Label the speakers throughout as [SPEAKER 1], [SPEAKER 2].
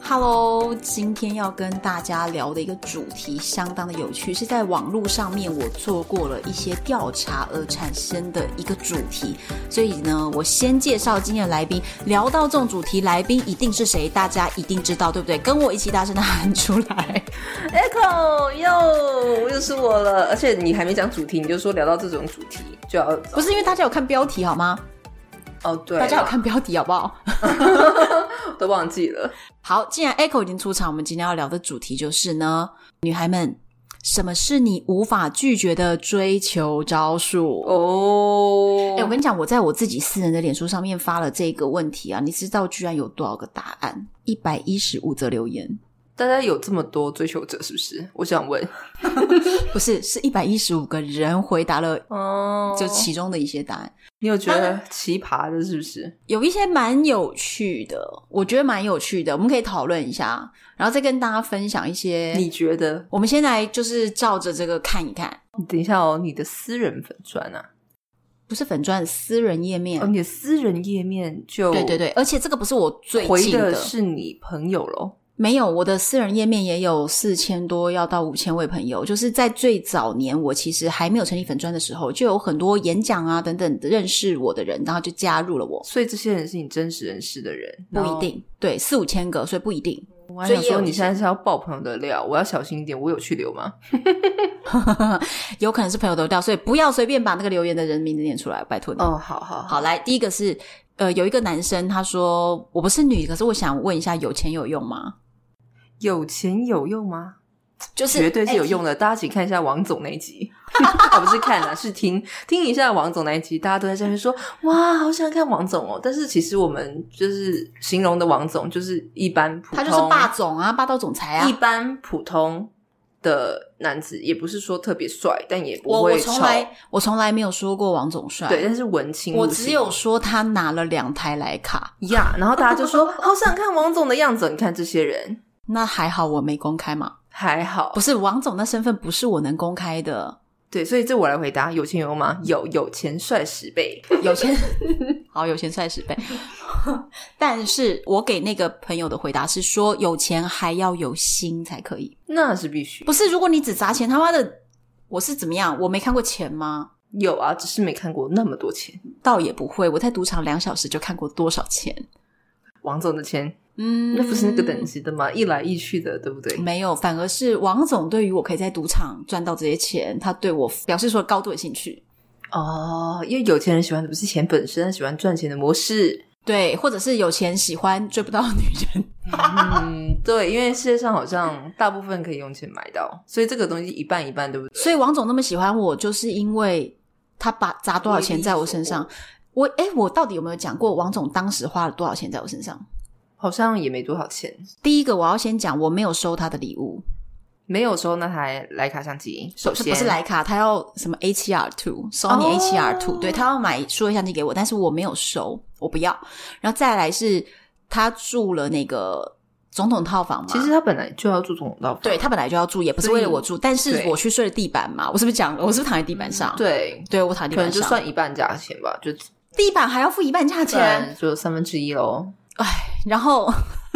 [SPEAKER 1] Hello，今天要跟大家聊的一个主题相当的有趣，是在网络上面我做过了一些调查而产生的一个主题。所以呢，我先介绍今天的来宾。聊到这种主题，来宾一定是谁，大家一定知道，对不对？跟我一起大声的喊出来。
[SPEAKER 2] Echo 又又是我了，而且你还没讲主题，你就说聊到这种主题就要
[SPEAKER 1] 不是因为大家有看标题好吗？
[SPEAKER 2] 哦，对，
[SPEAKER 1] 大家有看标题好不好？
[SPEAKER 2] 都忘记了，
[SPEAKER 1] 好，既然 Echo 已经出场，我们今天要聊的主题就是呢，女孩们，什么是你无法拒绝的追求招数？
[SPEAKER 2] 哦，
[SPEAKER 1] 哎、我跟你讲，我在我自己私人的脸书上面发了这个问题啊，你知道居然有多少个答案？一百一十五则留言，
[SPEAKER 2] 大家有这么多追求者是不是？我想问，
[SPEAKER 1] 不是，是一百一十五个人回答了，
[SPEAKER 2] 哦
[SPEAKER 1] 就其中的一些答案，
[SPEAKER 2] 你有觉得奇葩的是不是？
[SPEAKER 1] 有一些蛮有趣的，我觉得蛮有趣的，我们可以讨论一下，然后再跟大家分享一些。
[SPEAKER 2] 你觉得？
[SPEAKER 1] 我们先来就是照着这个看一看，
[SPEAKER 2] 你等一下哦，你的私人粉砖啊，
[SPEAKER 1] 不是粉钻私人页面
[SPEAKER 2] 哦，，你的私人页面就
[SPEAKER 1] 嗯对对对，而且这个不是我最
[SPEAKER 2] 回
[SPEAKER 1] 近
[SPEAKER 2] 的是你朋友喽，
[SPEAKER 1] 没有，我的私人页面也有四千多，要到五千位朋友。就是在最早年，我其实还没有成立粉砖的时候，就有很多演讲啊等等认识我的人，然后就加入了我。
[SPEAKER 2] 所以这些人是你真实认识的人，
[SPEAKER 1] 不一。
[SPEAKER 2] 哦
[SPEAKER 1] 定，对，四五千个，所以不一定。
[SPEAKER 2] 我还
[SPEAKER 1] 所
[SPEAKER 2] 想
[SPEAKER 1] 以也有
[SPEAKER 2] 说你现在是要爆朋友的料，我要小心一点。我有去留吗？
[SPEAKER 1] 有可能是朋友都掉，所以不要随便把那个留言的人名字念出来，拜托你。
[SPEAKER 2] 哦，好好好，
[SPEAKER 1] 好，来，第一个是，呃，有一个男生他说：“我不是女，可是我想问一下，有钱有用吗
[SPEAKER 2] 有钱有用吗？？”
[SPEAKER 1] 就是哎
[SPEAKER 2] 绝对是有用的，大家请看一下王总那一集， 啊，不是看啊，是听听一下王总那一集，大家都在下面说哇，好想看王总哦。但是其实我们就是形容的王总，就是一般普
[SPEAKER 1] 哎
[SPEAKER 2] 通，
[SPEAKER 1] 他就是霸总啊，霸道总裁啊
[SPEAKER 2] 一。般普通的男子，也不是说特别帅，但也不
[SPEAKER 1] 我我
[SPEAKER 2] 会
[SPEAKER 1] 从
[SPEAKER 2] 丑，
[SPEAKER 1] 来我从来没有说过王总帅，
[SPEAKER 2] 对，但是文青
[SPEAKER 1] 我
[SPEAKER 2] 路线
[SPEAKER 1] 只有说他拿了两台莱卡，
[SPEAKER 2] 呀然后大家就说 哦好想看王总的样子哦，你看这些人
[SPEAKER 1] 那还好我没公开嘛。
[SPEAKER 2] 还好
[SPEAKER 1] 不，是王总那身份不是我能公开的，
[SPEAKER 2] 对，所以这我来回答，有钱有用吗？有，有钱帅十倍，
[SPEAKER 1] 有钱 好有钱帅十倍。 但是我给那个朋友的回答是说，有钱还要有心才可以。
[SPEAKER 2] 那是必须
[SPEAKER 1] 不。是，如果你只砸钱，他妈的我是怎么样？我没看过钱吗？
[SPEAKER 2] 有啊，只是没看过那么多钱。
[SPEAKER 1] 倒也不会，我在赌场两小时就看过多少钱。
[SPEAKER 2] 王总的钱，
[SPEAKER 1] 嗯，
[SPEAKER 2] 那不是那个等级的吗？一来一去的，对不对？
[SPEAKER 1] 没有，反而是王总对于我可以在赌场赚到这些钱，他对我表示出了高度的兴趣。
[SPEAKER 2] 哦，因为有钱人喜欢的不是钱本身，他喜欢赚钱的模式。
[SPEAKER 1] 对，或者是有钱喜欢追不到的女人，
[SPEAKER 2] 嗯，对，因为世界上好像大部分可以用钱买到，所以这个东西一半一半，对不对？
[SPEAKER 1] 所以王总那么喜欢我，就是因为他把砸多少钱在我身上。我哎，我到底有没有讲过王总当时花了多少钱在我身上？
[SPEAKER 2] 好像也没多少钱，
[SPEAKER 1] 第一个我要先讲，我没有收他的礼物，
[SPEAKER 2] 没有收那台徕卡相机。首
[SPEAKER 1] 不是
[SPEAKER 2] 先
[SPEAKER 1] 不是徕卡，他要什么 ATR Two Sony
[SPEAKER 2] 哦
[SPEAKER 1] ATR E Two，、对他要买数位相机给我，但是我没有收，我不要。然后再来是他住了那个总统套房嘛，
[SPEAKER 2] 其实他本来就要住总统套房，
[SPEAKER 1] 对他本来就要住，也不是
[SPEAKER 2] 所以
[SPEAKER 1] 为了我住，但是
[SPEAKER 2] 对
[SPEAKER 1] 我去睡了地板嘛，我是不是讲了？我是不是躺在地板上？。
[SPEAKER 2] 对，
[SPEAKER 1] 对，我躺在地
[SPEAKER 2] 可能
[SPEAKER 1] 板
[SPEAKER 2] 就
[SPEAKER 1] 上，
[SPEAKER 2] 算一半价钱吧，就
[SPEAKER 1] 地板还要付一半价钱，
[SPEAKER 2] 算就三分之一喽。
[SPEAKER 1] 然后，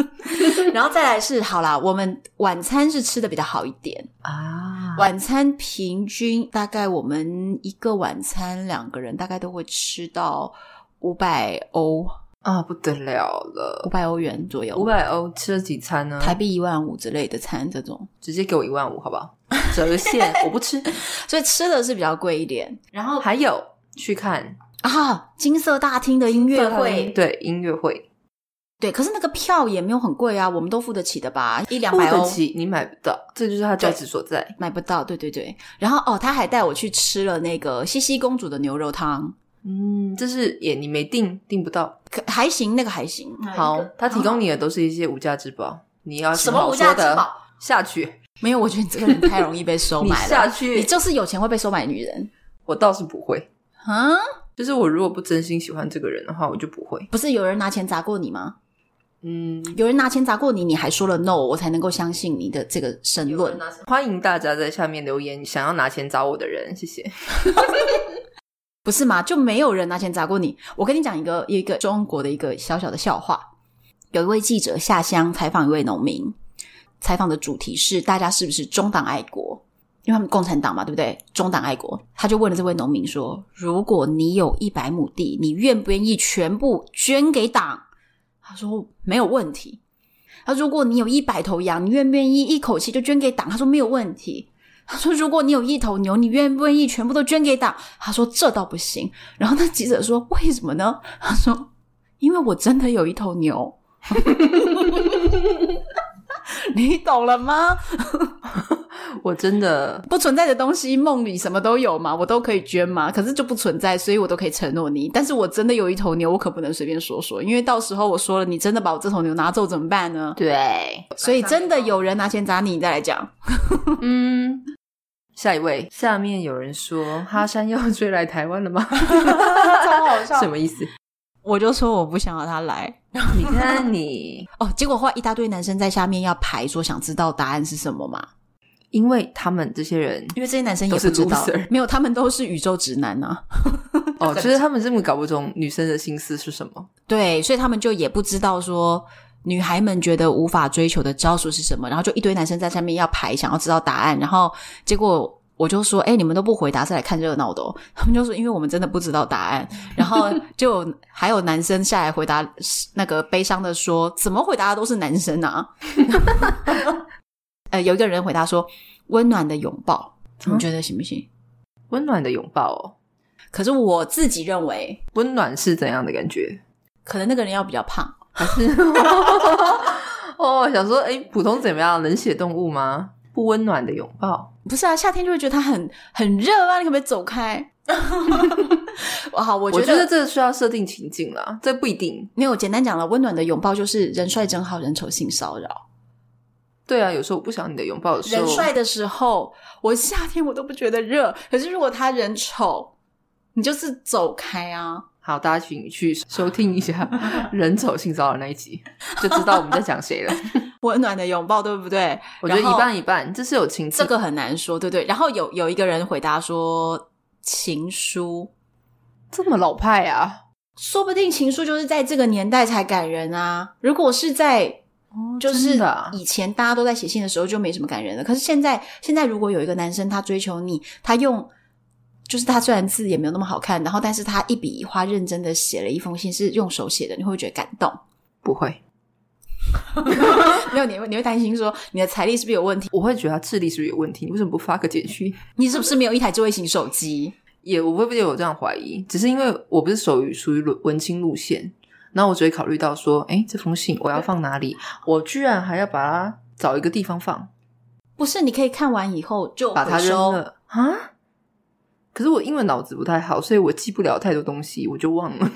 [SPEAKER 1] 然后再来是好啦，我们晚餐是吃的比较好一点，
[SPEAKER 2] 啊
[SPEAKER 1] 晚餐平均大概我们一个晚餐两个人大概都会吃到五百欧，
[SPEAKER 2] 啊，不得了
[SPEAKER 1] 五
[SPEAKER 2] 了，
[SPEAKER 1] 百欧元左右，
[SPEAKER 2] 五百欧吃了几餐呢？
[SPEAKER 1] 台币一万五之类的餐这种，
[SPEAKER 2] 直接给我一万五，好不好？ 折现，我 不吃。
[SPEAKER 1] 所以吃的是比较贵一点。然后
[SPEAKER 2] 还有去看
[SPEAKER 1] 啊，金色大厅的音乐会，
[SPEAKER 2] 对音乐会，
[SPEAKER 1] 对，可是那个票也没有很贵啊，我们都付得起的吧，一两
[SPEAKER 2] 不
[SPEAKER 1] 百
[SPEAKER 2] 得
[SPEAKER 1] 欧。
[SPEAKER 2] 起，你买不到，这就是它价值所在。
[SPEAKER 1] 买不到，对对对。然后哦，他还带我去吃了那个西西公主的牛肉汤，
[SPEAKER 2] 嗯，这是也你没订订不到。
[SPEAKER 1] 可还行，那个还行。
[SPEAKER 2] 好，它提供你的都是一些无价之宝，你要
[SPEAKER 1] 什么无价之宝？
[SPEAKER 2] 下去，
[SPEAKER 1] 没有，我觉得你这个人太容易被收
[SPEAKER 2] 你
[SPEAKER 1] 买了，
[SPEAKER 2] 下
[SPEAKER 1] 你
[SPEAKER 2] 去，
[SPEAKER 1] 就是有钱会被收买的女人。
[SPEAKER 2] 我倒是不会，
[SPEAKER 1] 啊，
[SPEAKER 2] 就是我如果不真心喜欢这个人的话，我就不会。
[SPEAKER 1] 不是有人拿钱砸过你吗？
[SPEAKER 2] 嗯，
[SPEAKER 1] 有人拿钱砸过你，你还说了 no，我才能够相信你的这个申论。
[SPEAKER 2] 欢迎大家在下面留言，想要拿钱找我的人，谢谢。
[SPEAKER 1] 不是嘛？就没有人拿钱砸过你。我跟你讲一个一个中国的一个小小的笑话，有一位记者下乡采访一位农民，采访的主题是大家是不是中党爱国？因为他们共产党嘛，对不对？中党爱国，他就问了这位农民说：“如果你有一百亩地，你愿不愿意全部捐给党？”他说：“没有问题。”他说：“如果你有一百头羊，你愿不愿意一口气就捐给党？”他说：“没有问题。”他说：“如果你有一头牛，你愿不愿意全部都捐给党？”他说：“这倒不行。”然后那记者说：“为什么呢？”他说：“因为我真的有一头牛。” 你懂了吗？
[SPEAKER 2] 我真的
[SPEAKER 1] 不存在的东西，梦里什么都有嘛，我都可以捐嘛。可是就不存在，所以我都可以承诺你。但是我真的有一头牛，我可不能随便说说，因为到时候我说了，你真的把我这头牛拿走怎么办呢？
[SPEAKER 2] 对，
[SPEAKER 1] 所以真的有人拿钱砸你，你再来讲。
[SPEAKER 2] 嗯。下一位，下面有人说哈山要追来台湾了 吗？
[SPEAKER 1] 超好笑
[SPEAKER 2] 什么意思？
[SPEAKER 1] 我就说我不想要他来
[SPEAKER 2] 你看你，
[SPEAKER 1] 哦，结果后来一大堆男生在下面要排，说想知道答案是什么嘛？
[SPEAKER 2] 因为他们这些 人
[SPEAKER 1] 因为这些男生也
[SPEAKER 2] 都
[SPEAKER 1] 不
[SPEAKER 2] 是
[SPEAKER 1] 知道
[SPEAKER 2] loser，
[SPEAKER 1] 没有，他们都是宇宙直男啊。
[SPEAKER 2] 哦，就是他们根本搞不懂女生的心思是什么。
[SPEAKER 1] 对，所以他们就也不知道说女孩们觉得无法追求的招数是什么，然后就一堆男生在下面要排，想要知道答案，然后结果。我就说，哎、你们都不回答是来看热闹的、哦。他们就说，因为我们真的不知道答案。然后就还有男生下来回答，那个悲伤的说，怎么回答的都是男生啊。 呃，有一个人回答说，温暖的拥抱，
[SPEAKER 2] 啊
[SPEAKER 1] 你觉得行不行？
[SPEAKER 2] 温暖的拥抱哦，
[SPEAKER 1] 可是我自己认为，
[SPEAKER 2] 温暖是怎样的感觉？
[SPEAKER 1] 可能那个人要比较胖，
[SPEAKER 2] 还是 哦，想说，哎，普通怎么样？冷血动物吗？不温暖的拥抱，
[SPEAKER 1] 不是啊，夏天就会觉得它很很热啊，你可不可以走开？哇好，我
[SPEAKER 2] 我
[SPEAKER 1] 觉
[SPEAKER 2] 觉得
[SPEAKER 1] 得
[SPEAKER 2] 这需要设定情境啦，这不一定。
[SPEAKER 1] 没有简单讲了，温暖的拥抱就是人帅真好，人丑性骚扰。
[SPEAKER 2] 对啊，有时候我不想你的拥抱的时候，
[SPEAKER 1] 人帅的时候，我夏天我都不觉得热，可是如果他人丑，你就是走开啊！
[SPEAKER 2] 好，大家请去收听一下人丑性骚扰那一集，就知道我们在讲谁了。
[SPEAKER 1] 温暖的拥抱，对不对？
[SPEAKER 2] 我觉得
[SPEAKER 1] 然后
[SPEAKER 2] 一半一半，这是有情
[SPEAKER 1] 这
[SPEAKER 2] 境。
[SPEAKER 1] 个很难说，对不对？然后有有一个人回答说，情书，
[SPEAKER 2] 这么老派啊，
[SPEAKER 1] 说不定情书就是在这个年代才感人啊。如果是在
[SPEAKER 2] 哦
[SPEAKER 1] 就是
[SPEAKER 2] 的啊
[SPEAKER 1] 以前大家都在写信的时候就没什么感人了，可是现在现在如果有一个男生他追求你，他用就是他虽然字也没有那么好看，然后但是他一笔一画认真的写了一封信，是用手写的，你会不会觉得感动？
[SPEAKER 2] 不会，
[SPEAKER 1] 没有，你会你会担心说你的财力是不是有问题？
[SPEAKER 2] 我会觉得他智力是不是有问题？你为什么不发个简讯？
[SPEAKER 1] 你是不是没有一台智慧型手机？
[SPEAKER 2] 也我会不会有这样怀疑？只是因为我不是属于属于文青路线，然后我只会考虑到说，哎，这封信我要放哪里？我居然还要把它找一个地方放，
[SPEAKER 1] 不是，你可以看完以后就
[SPEAKER 2] 把它
[SPEAKER 1] 回
[SPEAKER 2] 扔
[SPEAKER 1] 收。
[SPEAKER 2] 了啊！可是我英文脑子不太好，所以我记不了太多东西，我就忘了。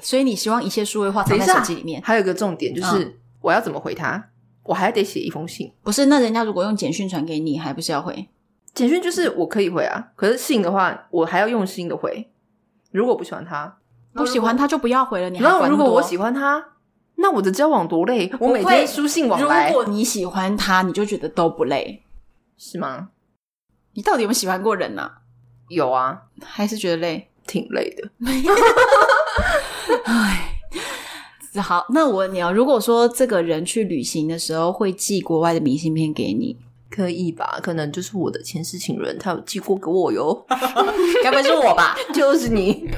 [SPEAKER 1] 所以你希望一切数位化藏
[SPEAKER 2] 等一
[SPEAKER 1] 在手
[SPEAKER 2] 下
[SPEAKER 1] 机里面？
[SPEAKER 2] 还有一个重点就是，我要怎么回他？我还得写一封信。
[SPEAKER 1] 不是，那人家如果用简讯传给你，还不是要回？
[SPEAKER 2] 简讯就是我可以回啊，可是信的话，我还要用心的回。如果我不喜欢他，
[SPEAKER 1] 不喜欢他就不要回了，你还
[SPEAKER 2] 然后
[SPEAKER 1] 管
[SPEAKER 2] 如
[SPEAKER 1] 那么
[SPEAKER 2] 果我
[SPEAKER 1] 多
[SPEAKER 2] 喜欢他，那我的交往多累？我每
[SPEAKER 1] 不会
[SPEAKER 2] 天书信往来
[SPEAKER 1] 如，果你喜欢他，你就觉得都不累。
[SPEAKER 2] 是吗？
[SPEAKER 1] 你到底有没有喜欢过人呢、
[SPEAKER 2] 有啊，
[SPEAKER 1] 还是觉得 累？
[SPEAKER 2] 挺累的。
[SPEAKER 1] 好，那我问你哦，如果说这个人去旅行的时候会寄国外的明信片给 你，
[SPEAKER 2] 可以吧？可能就是我的前世情人，他有寄过给我哟。
[SPEAKER 1] 该不会是我吧？
[SPEAKER 2] 就是你，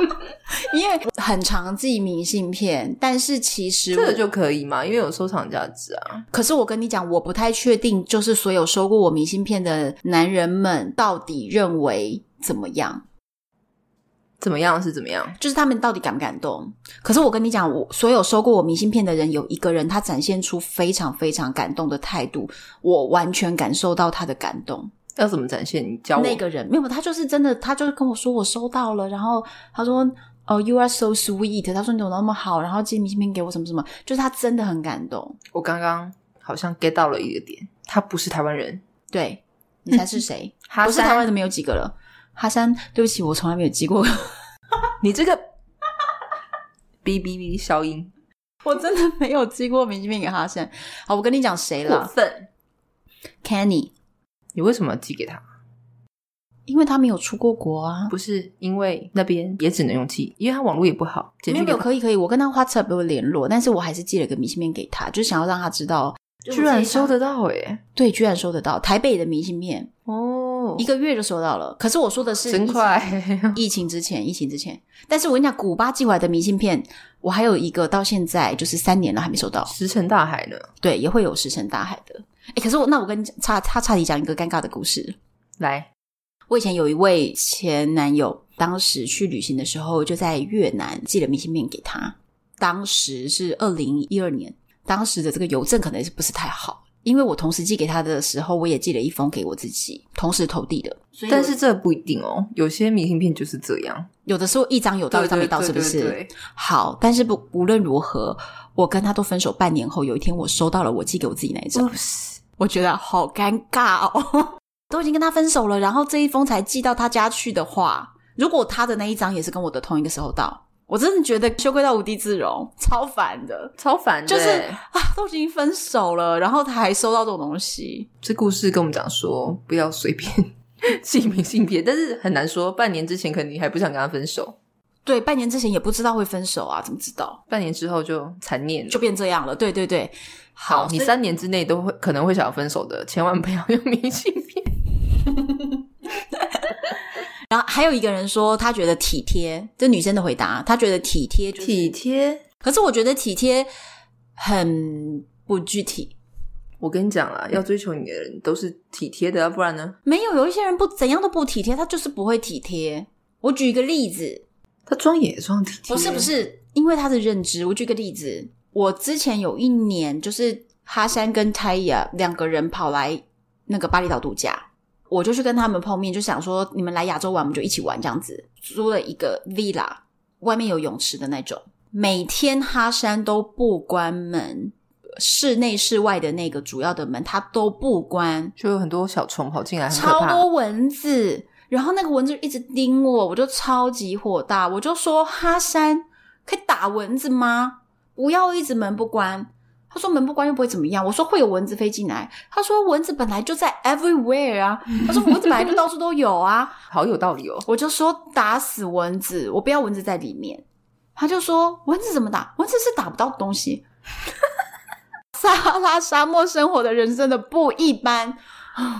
[SPEAKER 1] 因为我很常寄明信片，但是其实
[SPEAKER 2] 这
[SPEAKER 1] 我
[SPEAKER 2] 个就可以嘛，因为有收藏价值啊。
[SPEAKER 1] 可是我跟你讲，我不太确定，就是所有收过我明信片的男人们到底认为怎么样。
[SPEAKER 2] 怎么样是怎么样？
[SPEAKER 1] 就是他们到底感不感动？可是我跟你讲，我所有收过我明信片的人，有一个人他展现出非常非常感动的态度，我完全感受到他的感动。
[SPEAKER 2] 要怎么展现？你教我。
[SPEAKER 1] 那个人没有，他就是真的，他就是跟我说我收到了，然后他说哦，you are so sweet，他说你怎么那么好，然后寄明信片给我什么什么，就是他真的很感动。
[SPEAKER 2] 我刚刚好像 get 到了一个点，他不是台湾人，
[SPEAKER 1] 对你才是谁？
[SPEAKER 2] 哈
[SPEAKER 1] 不是台湾
[SPEAKER 2] 山
[SPEAKER 1] 的没有几个了。哈山，对不起，我从来没有记过，
[SPEAKER 2] 你这个 哔哔哔消音，
[SPEAKER 1] 我真的没有记过明信片给哈山。好，我跟你讲谁
[SPEAKER 2] 过
[SPEAKER 1] 啦
[SPEAKER 2] 分！
[SPEAKER 1] ？Kenny，
[SPEAKER 2] 你为什么寄给他？
[SPEAKER 1] 因为他没有出过国啊。
[SPEAKER 2] 不是因为那边也只能用寄，因为他网络也不好，简
[SPEAKER 1] 没有没
[SPEAKER 2] 讯给
[SPEAKER 1] 有，
[SPEAKER 2] 他。
[SPEAKER 1] 可以可以，我跟他 WhatsApp 有联络，但是我还是寄了个明信片给他，就是想要让他知道，
[SPEAKER 2] 居然收得到哎、
[SPEAKER 1] 对，居然收得到台北的明信片，
[SPEAKER 2] 哦
[SPEAKER 1] 一个月就收到了。可是我说的是
[SPEAKER 2] 真
[SPEAKER 1] 疫情
[SPEAKER 2] 快，
[SPEAKER 1] 疫情之前，疫情之前。但是我跟你讲，古巴寄回来的明信片，我还有一个到现在就是三年了还没收到，
[SPEAKER 2] 石沉大海呢。
[SPEAKER 1] 对，也会有石沉大海的。哎，可是我那我跟你讲，差差差点讲一个尴尬的故事。
[SPEAKER 2] 来，
[SPEAKER 1] 我以前有一位前男友，当时去旅行的时候就在越南寄了明信片给他。当时是二零一二年，当时的这个邮政可能是不是太好，因为我同时寄给他的时候，我也寄了一封给我自己，同时投递的。
[SPEAKER 2] 但是这不一定哦，有些明信片就是这样，
[SPEAKER 1] 有的时候一张有到一张没到，
[SPEAKER 2] 对
[SPEAKER 1] 是不
[SPEAKER 2] 对
[SPEAKER 1] 是？
[SPEAKER 2] 对对对
[SPEAKER 1] 好，但是不无论如何，我跟他都分手半年后，有一天我收到了我寄给我自己那一张，我觉得好尴尬哦， 都已经跟他分手了，然后这一封才寄到他家去的话，如果他的那一张也是跟我的同一个时候到，我真的觉得羞愧到无地自容，超烦的
[SPEAKER 2] 超烦的
[SPEAKER 1] 就是
[SPEAKER 2] 欸
[SPEAKER 1] 啊！都已经分手了，然后他还收到这种东西，
[SPEAKER 2] 这故事跟我们讲说，不要随便 寄明信片，但是很难说，半年之前肯定还不想跟他分手，
[SPEAKER 1] 对，半年之前也不知道会分手啊，怎么知道
[SPEAKER 2] 半年之后就残念了
[SPEAKER 1] 就。变这样了？对对对，
[SPEAKER 2] 好，
[SPEAKER 1] 所
[SPEAKER 2] 你
[SPEAKER 1] 以
[SPEAKER 2] 三年之内都会可能会想要分手的，千万不要用明信 片。
[SPEAKER 1] 然后还有一个人说，他觉得体贴，这女生的回答，她觉得体贴、就是，
[SPEAKER 2] 贴，
[SPEAKER 1] 可是我觉得体贴很不具体。
[SPEAKER 2] 我跟你讲啦，要追求你的人都是体贴的、啊，不然呢，
[SPEAKER 1] 没有，有一些人不怎样都不体贴，他就是不会体贴。我举一个例子，
[SPEAKER 2] 他装也装体贴，
[SPEAKER 1] 不是不，是，因为他的认知。我举个例子，我之前有一年就是哈山跟泰雅两个人跑来那个巴厘岛度假，我就去跟他们碰面，就想说你们来亚洲玩，我们就一起玩这样子。租了一个 villa，外面有泳池的那种，每天哈山都不关门，室内室外的那个主要的门他都不关，
[SPEAKER 2] 就有很多小虫跑进来，很可
[SPEAKER 1] 超
[SPEAKER 2] 怕。
[SPEAKER 1] 多蚊子，然后那个蚊子一直叮我，我就超级火大，我就说哈山可以打蚊子吗？不要一直门不关。他说门不关又不会怎么样。我说会有蚊子飞进来。他说蚊子本来就在 everywhere 啊。他说蚊子本来就到处都有啊。
[SPEAKER 2] 好有道理哦。
[SPEAKER 1] 我就说打死蚊子，我不要蚊子在里面。他就说蚊子怎么打？蚊子是打不到东 西。撒哈拉沙漠生活的人生的不一般，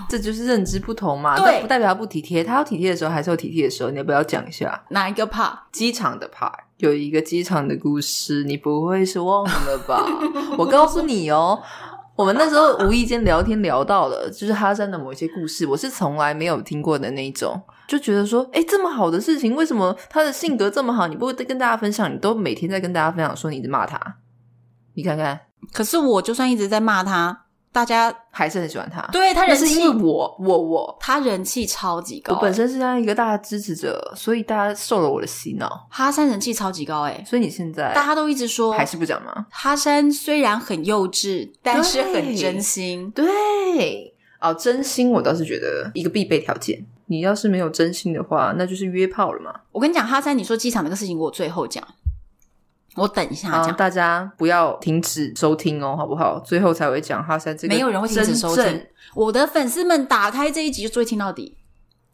[SPEAKER 2] 这就是认知不同嘛，
[SPEAKER 1] 对
[SPEAKER 2] 但不代表他不体贴，他要体贴的时候还是有体贴的时候，你要不要讲一下
[SPEAKER 1] 哪一个怕？
[SPEAKER 2] 机场的 part？有一个机场的故事，你不会是忘了 吧？我告诉你哦，我们那时候无意间聊天聊到了，就是哈山的某一些故事，我是从来没有听过的那一种，就觉得说，哎，这么好的事情，为什么他的性格这么好，你不会跟大家分享，你都每天在跟大家分享说你一直骂他，你看看
[SPEAKER 1] 可是我就算一直在骂他，大家
[SPEAKER 2] 还是很喜欢他，，
[SPEAKER 1] 对他
[SPEAKER 2] 但
[SPEAKER 1] 人
[SPEAKER 2] 是
[SPEAKER 1] 气
[SPEAKER 2] 因，为我我我
[SPEAKER 1] 他人气超级高、欸
[SPEAKER 2] 我本身是他一个大的支持者，所以大家受了我的洗脑。
[SPEAKER 1] 哈山人气超级高哎、
[SPEAKER 2] 所以你现在
[SPEAKER 1] 大家都一直说
[SPEAKER 2] 还是不讲吗？
[SPEAKER 1] 哈山虽然很幼稚，但是很真心。
[SPEAKER 2] 对，哦，真心我倒是觉得一个必备条件。你要是没有真心的话，那就是约炮了嘛。
[SPEAKER 1] 我跟你讲，哈山，你说机场那个事情，我最后讲，我等一下
[SPEAKER 2] 啊，
[SPEAKER 1] 讲。
[SPEAKER 2] 大家不要停止收听哦，好不好？最后才会讲哈山这个
[SPEAKER 1] 没有人会停止收
[SPEAKER 2] 真
[SPEAKER 1] 听
[SPEAKER 2] 正。
[SPEAKER 1] 我的粉丝们打开这一集就追听到底。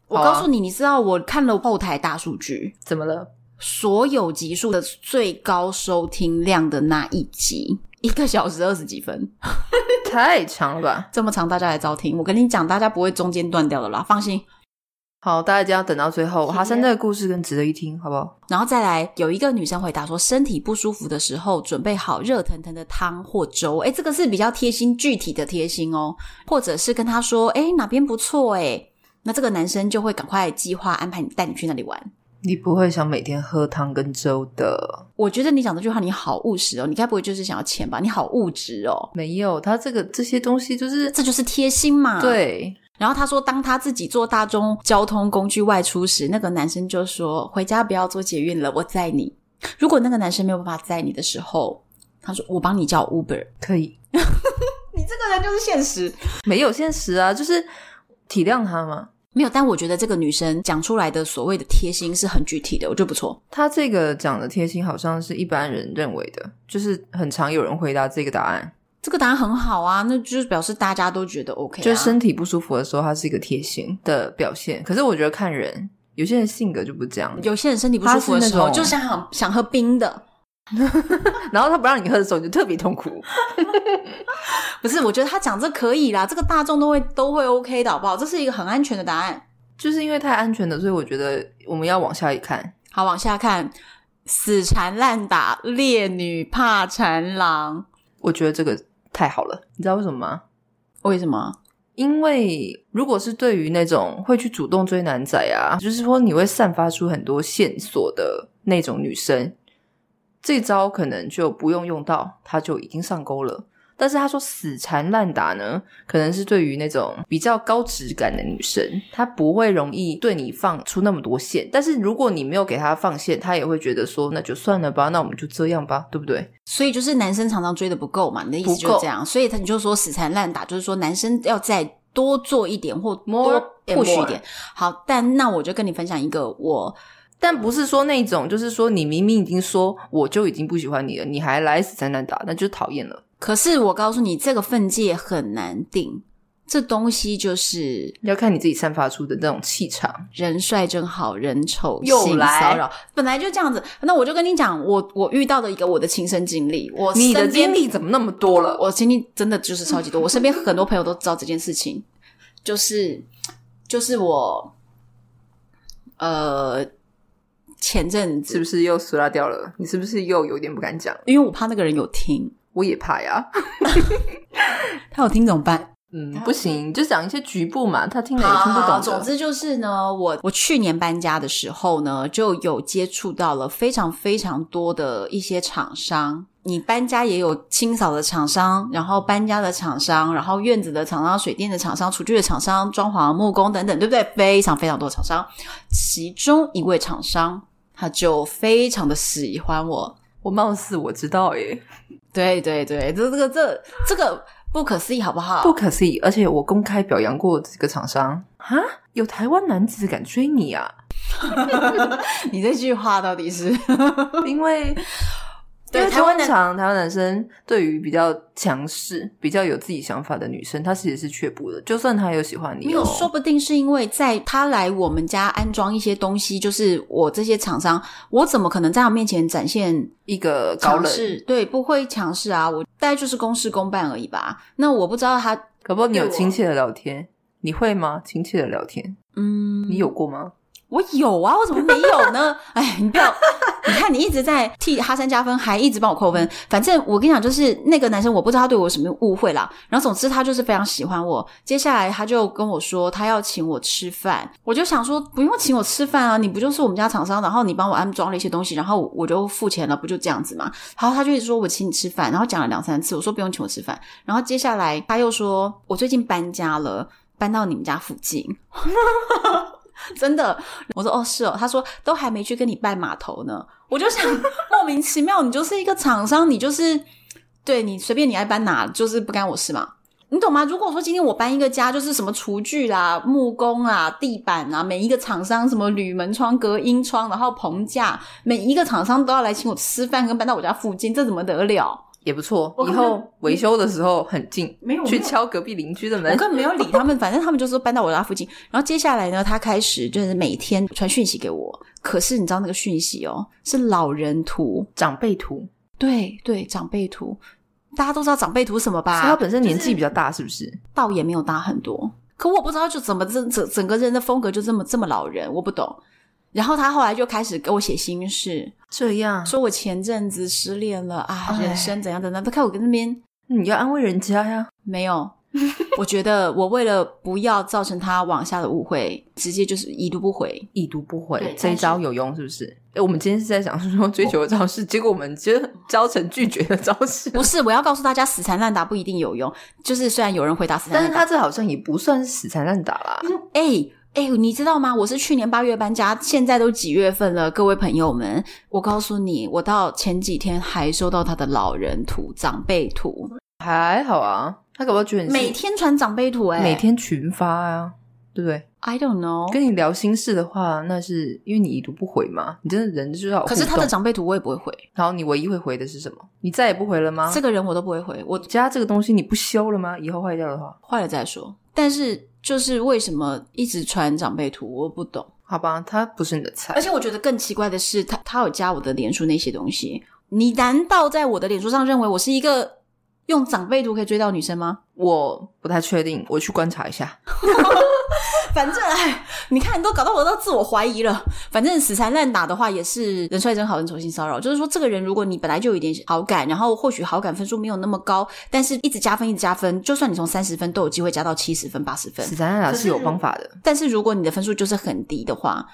[SPEAKER 1] 我
[SPEAKER 2] 好啊
[SPEAKER 1] 告诉你，你知道我看了后台大数据，
[SPEAKER 2] 怎么了？
[SPEAKER 1] 所有集数的最高收听量的那一集，一个小时二十几分。
[SPEAKER 2] 太长了吧？
[SPEAKER 1] 这么长，大家来招听。我跟你讲，大家不会中间断掉的啦，放心。
[SPEAKER 2] 好，大家一定要等到最后。
[SPEAKER 1] 谢谢
[SPEAKER 2] 哈山这个故事更值得一听，好不好？
[SPEAKER 1] 然后再来，有一个女生回答说，身体不舒服的时候，准备好热腾腾的汤或粥。诶，这个是比较贴心、具体的贴心哦，或者是跟他说，诶，哪边不错诶，那这个男生就会赶快计划安排你带你去那里玩。
[SPEAKER 2] 你不会想每天喝汤跟粥的。
[SPEAKER 1] 我觉得你讲这句话，你好务实哦，你该不会就是想要钱吧？你好物质哦，
[SPEAKER 2] 没有，他这个这些东西就是
[SPEAKER 1] 这就是贴心嘛。。
[SPEAKER 2] 对，
[SPEAKER 1] 然后他说，当他自己坐大众交通工具外出时，那个男生就说：“回家不要坐捷运了，我载你。”如果那个男生没有办法载你的时候，他说：“我帮你叫 Uber。
[SPEAKER 2] 可以。”
[SPEAKER 1] 你这个人就是现实，
[SPEAKER 2] 没有现实啊，就是体谅他嘛。
[SPEAKER 1] 没有，但我觉得这个女生讲出来的所谓的贴心是很具体的，我觉得不错。
[SPEAKER 2] 他这个讲的贴心好像是一般人认为的，就是很常有人回答这个答案，
[SPEAKER 1] 这个答案很好啊，那就是表示大家都觉得 OK，、啊、
[SPEAKER 2] 就是身体不舒服的时候，它是一个贴心的表现。可是我觉得看人，有些人性格就不这样，
[SPEAKER 1] 有些人身体不舒服的时候
[SPEAKER 2] 他是那种
[SPEAKER 1] 就想想想喝冰的，
[SPEAKER 2] 然后他不让你喝的时候，你就特别痛苦。
[SPEAKER 1] 不是？我觉得他讲这可以啦，这个大众都会都会 OK 的好不好？这是一个很安全的答案。
[SPEAKER 2] 就是因为太安全了，所以我觉得我们要往下一看。
[SPEAKER 1] 好，往下看，死缠烂打，烈女怕缠郎，
[SPEAKER 2] 我觉得这个太好了，你知道为什么吗？
[SPEAKER 1] 为什么？
[SPEAKER 2] 因为如果是对于那种会去主动追男仔啊，就是说你会散发出很多线索的那种女生，这招可能就不用用到，她就已经上钩了。但是她说死缠烂打呢，可能是对于那种比较高质感的女生，她不会容易对你放出那么多线。但是如果你没有给她放线，她也会觉得说那就算了吧，那我们就这样吧，对不对？
[SPEAKER 1] 所以就是男生常常追的不够嘛，你的意思
[SPEAKER 2] 不
[SPEAKER 1] 就
[SPEAKER 2] 够
[SPEAKER 1] 是这样，所以他你就说死缠烂打，就是说男生要再多做一点或
[SPEAKER 2] More
[SPEAKER 1] 多 push
[SPEAKER 2] more
[SPEAKER 1] 一点。好，但那我就跟你分享一个我
[SPEAKER 2] 但不是说那种，就是说你明明已经说我就已经不喜欢你了，你还来死缠烂打，那就是讨厌了。
[SPEAKER 1] 可是我告诉你，这个分界很难定，这东西就是
[SPEAKER 2] 要看你自己散发出的那种气场。
[SPEAKER 1] 人帅真好人丑
[SPEAKER 2] 又
[SPEAKER 1] 性
[SPEAKER 2] 来
[SPEAKER 1] 骚扰，本来就这样子。那我就跟你讲，我我遇到的一个我的亲身经历，我
[SPEAKER 2] 你的
[SPEAKER 1] 身边
[SPEAKER 2] 经历怎么那么多了？
[SPEAKER 1] 呃我经历真的就是超级多，我身边很多朋友都知道这件事情，就是就是我呃前阵
[SPEAKER 2] 是
[SPEAKER 1] 子，
[SPEAKER 2] 不是又撕拉掉了？你是不是又有点不敢讲？
[SPEAKER 1] 因为我怕那个人有听，
[SPEAKER 2] 我也怕呀。
[SPEAKER 1] 他有听怎么办？
[SPEAKER 2] 嗯，不行，就讲一些局部嘛，他听了也听不
[SPEAKER 1] 好
[SPEAKER 2] 懂
[SPEAKER 1] 总
[SPEAKER 2] 的。
[SPEAKER 1] 之就是呢，我我去年搬家的时候呢，就有接触到了非常非常多的一些厂商。你搬家也有清扫的厂商，然后搬家的厂商，然后院子的厂商、水电的厂商、厨具的厂商、装潢、木工等等，对不对？非常非常多的厂商，其中一位厂商他就非常的喜欢我，
[SPEAKER 2] 我貌似我知道耶，
[SPEAKER 1] 对对对，这这个这这个不可思议，好不好？
[SPEAKER 2] 不可思议。而且我公开表扬过这个厂商啊，有台湾男子敢追你啊？
[SPEAKER 1] 你这句话到底是？
[SPEAKER 2] 因为
[SPEAKER 1] 对
[SPEAKER 2] 因为
[SPEAKER 1] 台湾男
[SPEAKER 2] 通常台湾男生对于比较强势、比较有自己想法的女生，他其实是却步的。就算他有喜欢你、
[SPEAKER 1] 没
[SPEAKER 2] 哦，
[SPEAKER 1] 有，说不定是因为在他来我们家安装一些东西，就是我这些厂商，我怎么可能在他面前展现
[SPEAKER 2] 一个高
[SPEAKER 1] 强
[SPEAKER 2] 冷，
[SPEAKER 1] 势？对，不会强势啊，我大概就是公事公办而已吧。那我不知道他，
[SPEAKER 2] 可不，你有
[SPEAKER 1] 对我
[SPEAKER 2] 亲切的聊天，你会吗？亲切的聊天，
[SPEAKER 1] 嗯，
[SPEAKER 2] 你有过吗？
[SPEAKER 1] 我有啊，我怎么没有呢？哎，你不要，你看你一直在替哈山加分，还一直帮我扣分。反正我跟你讲，就是那个男生，我不知道他对我有什么误会啦。然后总之他就是非常喜欢我。接下来他就跟我说他要请我吃饭，我就想说不用请我吃饭啊，你不就是我们家厂商，然后你帮我安装了一些东西，然后我就付钱了，不就这样子嘛？然后他就一直说我请你吃饭，然后讲了两三次，我说不用请我吃饭。然后接下来他又说我最近搬家了，搬到你们家附近。真的，我说哦是哦，他说都还没去跟你拜码头呢，我就想莫名其妙，你就是一个厂商，你就是对你随便你爱搬哪，就是不干我事嘛，你懂吗？如果说今天我搬一个家，就是什么厨具啦、木工啊、地板啊，每一个厂商什么铝门窗、隔音窗，然后棚架，每一个厂商都要来请我吃饭，跟搬到我家附近，这怎么得了？
[SPEAKER 2] 也不错
[SPEAKER 1] 我，
[SPEAKER 2] 以
[SPEAKER 1] 根本
[SPEAKER 2] 后维修的时候很近，
[SPEAKER 1] 没有
[SPEAKER 2] 去敲隔壁邻居的
[SPEAKER 1] 我
[SPEAKER 2] 门。
[SPEAKER 1] 根本没有理他们， 反正他们就说搬到我家附近。然后接下来呢，他开始就是每天传讯息给我，可是你知道那个讯息哦，是老人图，
[SPEAKER 2] 长辈图，
[SPEAKER 1] 对对，长辈图，大家都知道长辈图什么
[SPEAKER 2] 所以他
[SPEAKER 1] 吧？
[SPEAKER 2] 本身年纪比较大，是不是？
[SPEAKER 1] 倒也没有大很多，可我不知道就怎么这整整个人的风格就这么这么老人，我不懂。然后他后来就开始给我写心事，
[SPEAKER 2] 这样，
[SPEAKER 1] 说我前阵子失恋了啊，
[SPEAKER 2] 哎
[SPEAKER 1] 人生怎样怎样，都看我跟那边
[SPEAKER 2] 嗯你要安慰人家呀。
[SPEAKER 1] 没有，我觉得我为了不要造成他往下的误会，直接就是已读不回。
[SPEAKER 2] 已读不回
[SPEAKER 1] 对
[SPEAKER 2] 这一招有用是不是？哎，我们今天是在讲说追求的招式，结果我们就教成拒绝的招式。
[SPEAKER 1] 不是，我要告诉大家，死缠烂打不一定有用。就是虽然有人回答死缠
[SPEAKER 2] 但
[SPEAKER 1] 烂
[SPEAKER 2] 是
[SPEAKER 1] 打，
[SPEAKER 2] 他这好像也不算是死缠烂打啦。
[SPEAKER 1] 哎哎、你知道吗？我是去年八月搬家，现在都几月份了，各位朋友们，我告诉你，我到前几天还收到他的老人图、长辈图，
[SPEAKER 2] 还好啊，他搞不好觉得你是
[SPEAKER 1] 每天传长辈图、哎，
[SPEAKER 2] 每天群发啊，对不对？
[SPEAKER 1] I don't know。
[SPEAKER 2] 跟你聊心事的话，那是因为你已读不回嘛，你真的人就是要有
[SPEAKER 1] 可是
[SPEAKER 2] 互
[SPEAKER 1] 他的
[SPEAKER 2] 动
[SPEAKER 1] 长辈图我也不会回，
[SPEAKER 2] 然后你唯一会回的是什么？你再也不回了吗？
[SPEAKER 1] 这个人我都不会回，我
[SPEAKER 2] 加这个东西你不修了吗？以后坏掉的话，
[SPEAKER 1] 坏了再说。但是就是为什么一直传长辈图，我不懂。
[SPEAKER 2] 好吧，它不是你的菜
[SPEAKER 1] 而。且我觉得更奇怪的是，他他有加我的脸书那些东西。你难道在我的脸书上认为我是一个用长辈图可以追到女生吗？
[SPEAKER 2] 我不太确定，我去观察一下。
[SPEAKER 1] 反正哎，你看，你都搞到我都自我怀疑了。反正死缠烂打的话，也是人帅真好，人丑性骚扰。就是说，这个人如果你本来就有一点好感，然后或许好感分数没有那么高，但是一直加分，一直加分，就算你从三十分都有机会加到七十分、八十分。
[SPEAKER 2] 死缠烂打
[SPEAKER 1] 可是
[SPEAKER 2] 是有方法的，
[SPEAKER 1] 但是如果你的分数就是很低的话，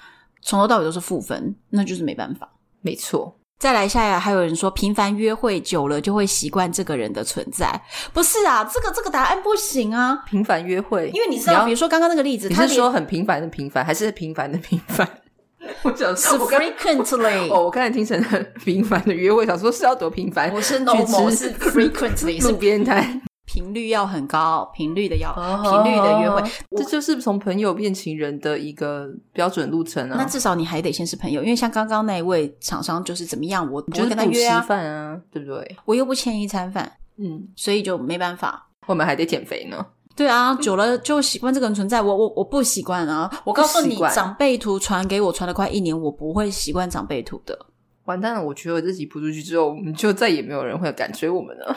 [SPEAKER 1] 从头到尾都是负分，那就是没办法。
[SPEAKER 2] 没错。
[SPEAKER 1] 再来下来，还有人说频繁约会久了就会习惯这个人的存在，不是啊？这个这个答案不行啊，
[SPEAKER 2] 频繁约会，
[SPEAKER 1] 因为你知道，
[SPEAKER 2] 要
[SPEAKER 1] 比如说刚刚那个例子，
[SPEAKER 2] 你
[SPEAKER 1] 他
[SPEAKER 2] 是说很频繁的频繁，还是频繁的频繁？ 我想
[SPEAKER 1] 是
[SPEAKER 2] 说，我 刚
[SPEAKER 1] frequently，
[SPEAKER 2] 哦，我刚才听成很频繁的约会，想说是要多频繁？
[SPEAKER 1] 我是
[SPEAKER 2] 去
[SPEAKER 1] normal，
[SPEAKER 2] 吃
[SPEAKER 1] 是 frequently，是
[SPEAKER 2] 路边摊，
[SPEAKER 1] 频率要很高，频率的要
[SPEAKER 2] 哦
[SPEAKER 1] 频率的约会。
[SPEAKER 2] 这就是从朋友变情人的一个标准路程
[SPEAKER 1] 那
[SPEAKER 2] 啊。
[SPEAKER 1] 至少你还得先是朋友，因为像刚刚那一位厂商就是怎么样，我我
[SPEAKER 2] 就是
[SPEAKER 1] 跟他
[SPEAKER 2] 不吃
[SPEAKER 1] 约啊，
[SPEAKER 2] 饭啊，对不对？
[SPEAKER 1] 我又不欠一餐饭，
[SPEAKER 2] 嗯，
[SPEAKER 1] 所以就没办法。
[SPEAKER 2] 我们还得减肥呢。
[SPEAKER 1] 对啊，久了就习惯这个人存在。我我我不习惯啊！我告诉
[SPEAKER 2] 不
[SPEAKER 1] 你
[SPEAKER 2] 习，惯
[SPEAKER 1] 长辈图传给我传了快一年，我不会习惯长辈图的。
[SPEAKER 2] 完蛋了！我觉得我这集播出去之后，我们就再也没有人会敢追我们了。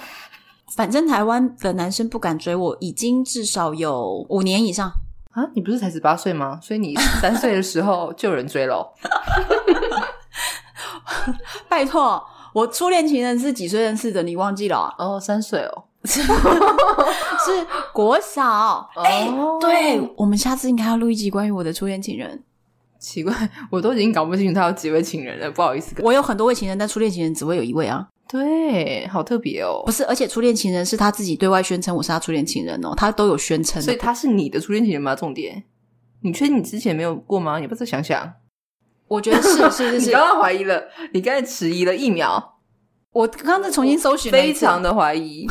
[SPEAKER 1] 反正台湾的男生不敢追我，已经至少有五年以上。
[SPEAKER 2] 啊，你不是才十八岁吗？ 所以你三岁的时候就有人追喽。
[SPEAKER 1] 拜托，我初恋情人是几岁认识的？你忘记了啊、
[SPEAKER 2] 哦，三岁哦。
[SPEAKER 1] 是国小。
[SPEAKER 2] 哦
[SPEAKER 1] 对，我们下次应该要录一集关于我的初恋情人。
[SPEAKER 2] 奇怪， 我都已经搞不清楚他有几位情人了，不好意思。
[SPEAKER 1] 我有很多位情人，但初恋情人只会有一位啊。
[SPEAKER 2] 对，好特别哦
[SPEAKER 1] 不。是，而且初恋情人是他自己对外宣称我是他初恋情人哦，他都有宣称的。
[SPEAKER 2] 所以他是你的初恋情人吗？重点，你确定你之前没有过吗？你要不要再想想？
[SPEAKER 1] 我觉得是是是
[SPEAKER 2] 你
[SPEAKER 1] 是
[SPEAKER 2] 刚，刚怀疑了，你刚才迟疑了一 秒，
[SPEAKER 1] 我刚刚再重新搜寻了一
[SPEAKER 2] 非
[SPEAKER 1] 次
[SPEAKER 2] 常的怀疑，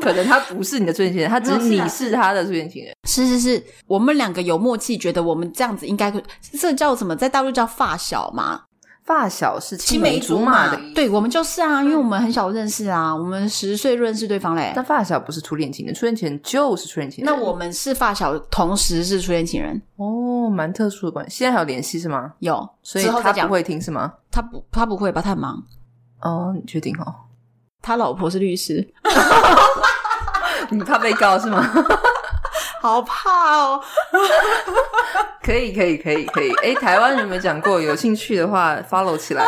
[SPEAKER 2] 可能他 不是你的初恋情人，他只是
[SPEAKER 1] 没有是啊
[SPEAKER 2] 你是他的初恋情人。
[SPEAKER 1] 是是是，我们两个有默契，觉得我们这样子应该可，这叫什么？在大陆叫发小嘛，
[SPEAKER 2] 发小是青
[SPEAKER 1] 梅
[SPEAKER 2] 梅
[SPEAKER 1] 竹
[SPEAKER 2] 竹马的，
[SPEAKER 1] 对，我们就是啊，因为我们很小认识啊，我们十岁认识对方嘞
[SPEAKER 2] 但。发小不是初恋情人，初恋情人就是初恋情人。
[SPEAKER 1] 那我们是发小，同时是初恋情人，
[SPEAKER 2] 哦，蛮特殊的关系，现在还有联系是吗？
[SPEAKER 1] 有，
[SPEAKER 2] 所以
[SPEAKER 1] 之后再
[SPEAKER 2] 他
[SPEAKER 1] 讲
[SPEAKER 2] 不。会听是吗？
[SPEAKER 1] 他不，他不会吧？他很忙，
[SPEAKER 2] 哦，你确定 哦？
[SPEAKER 1] 他老婆是律师，
[SPEAKER 2] 你怕被告是吗？
[SPEAKER 1] 好怕哦。
[SPEAKER 2] 可以，可以，可以，可以。哎，台湾人没讲过，有兴趣的话 follow 起来。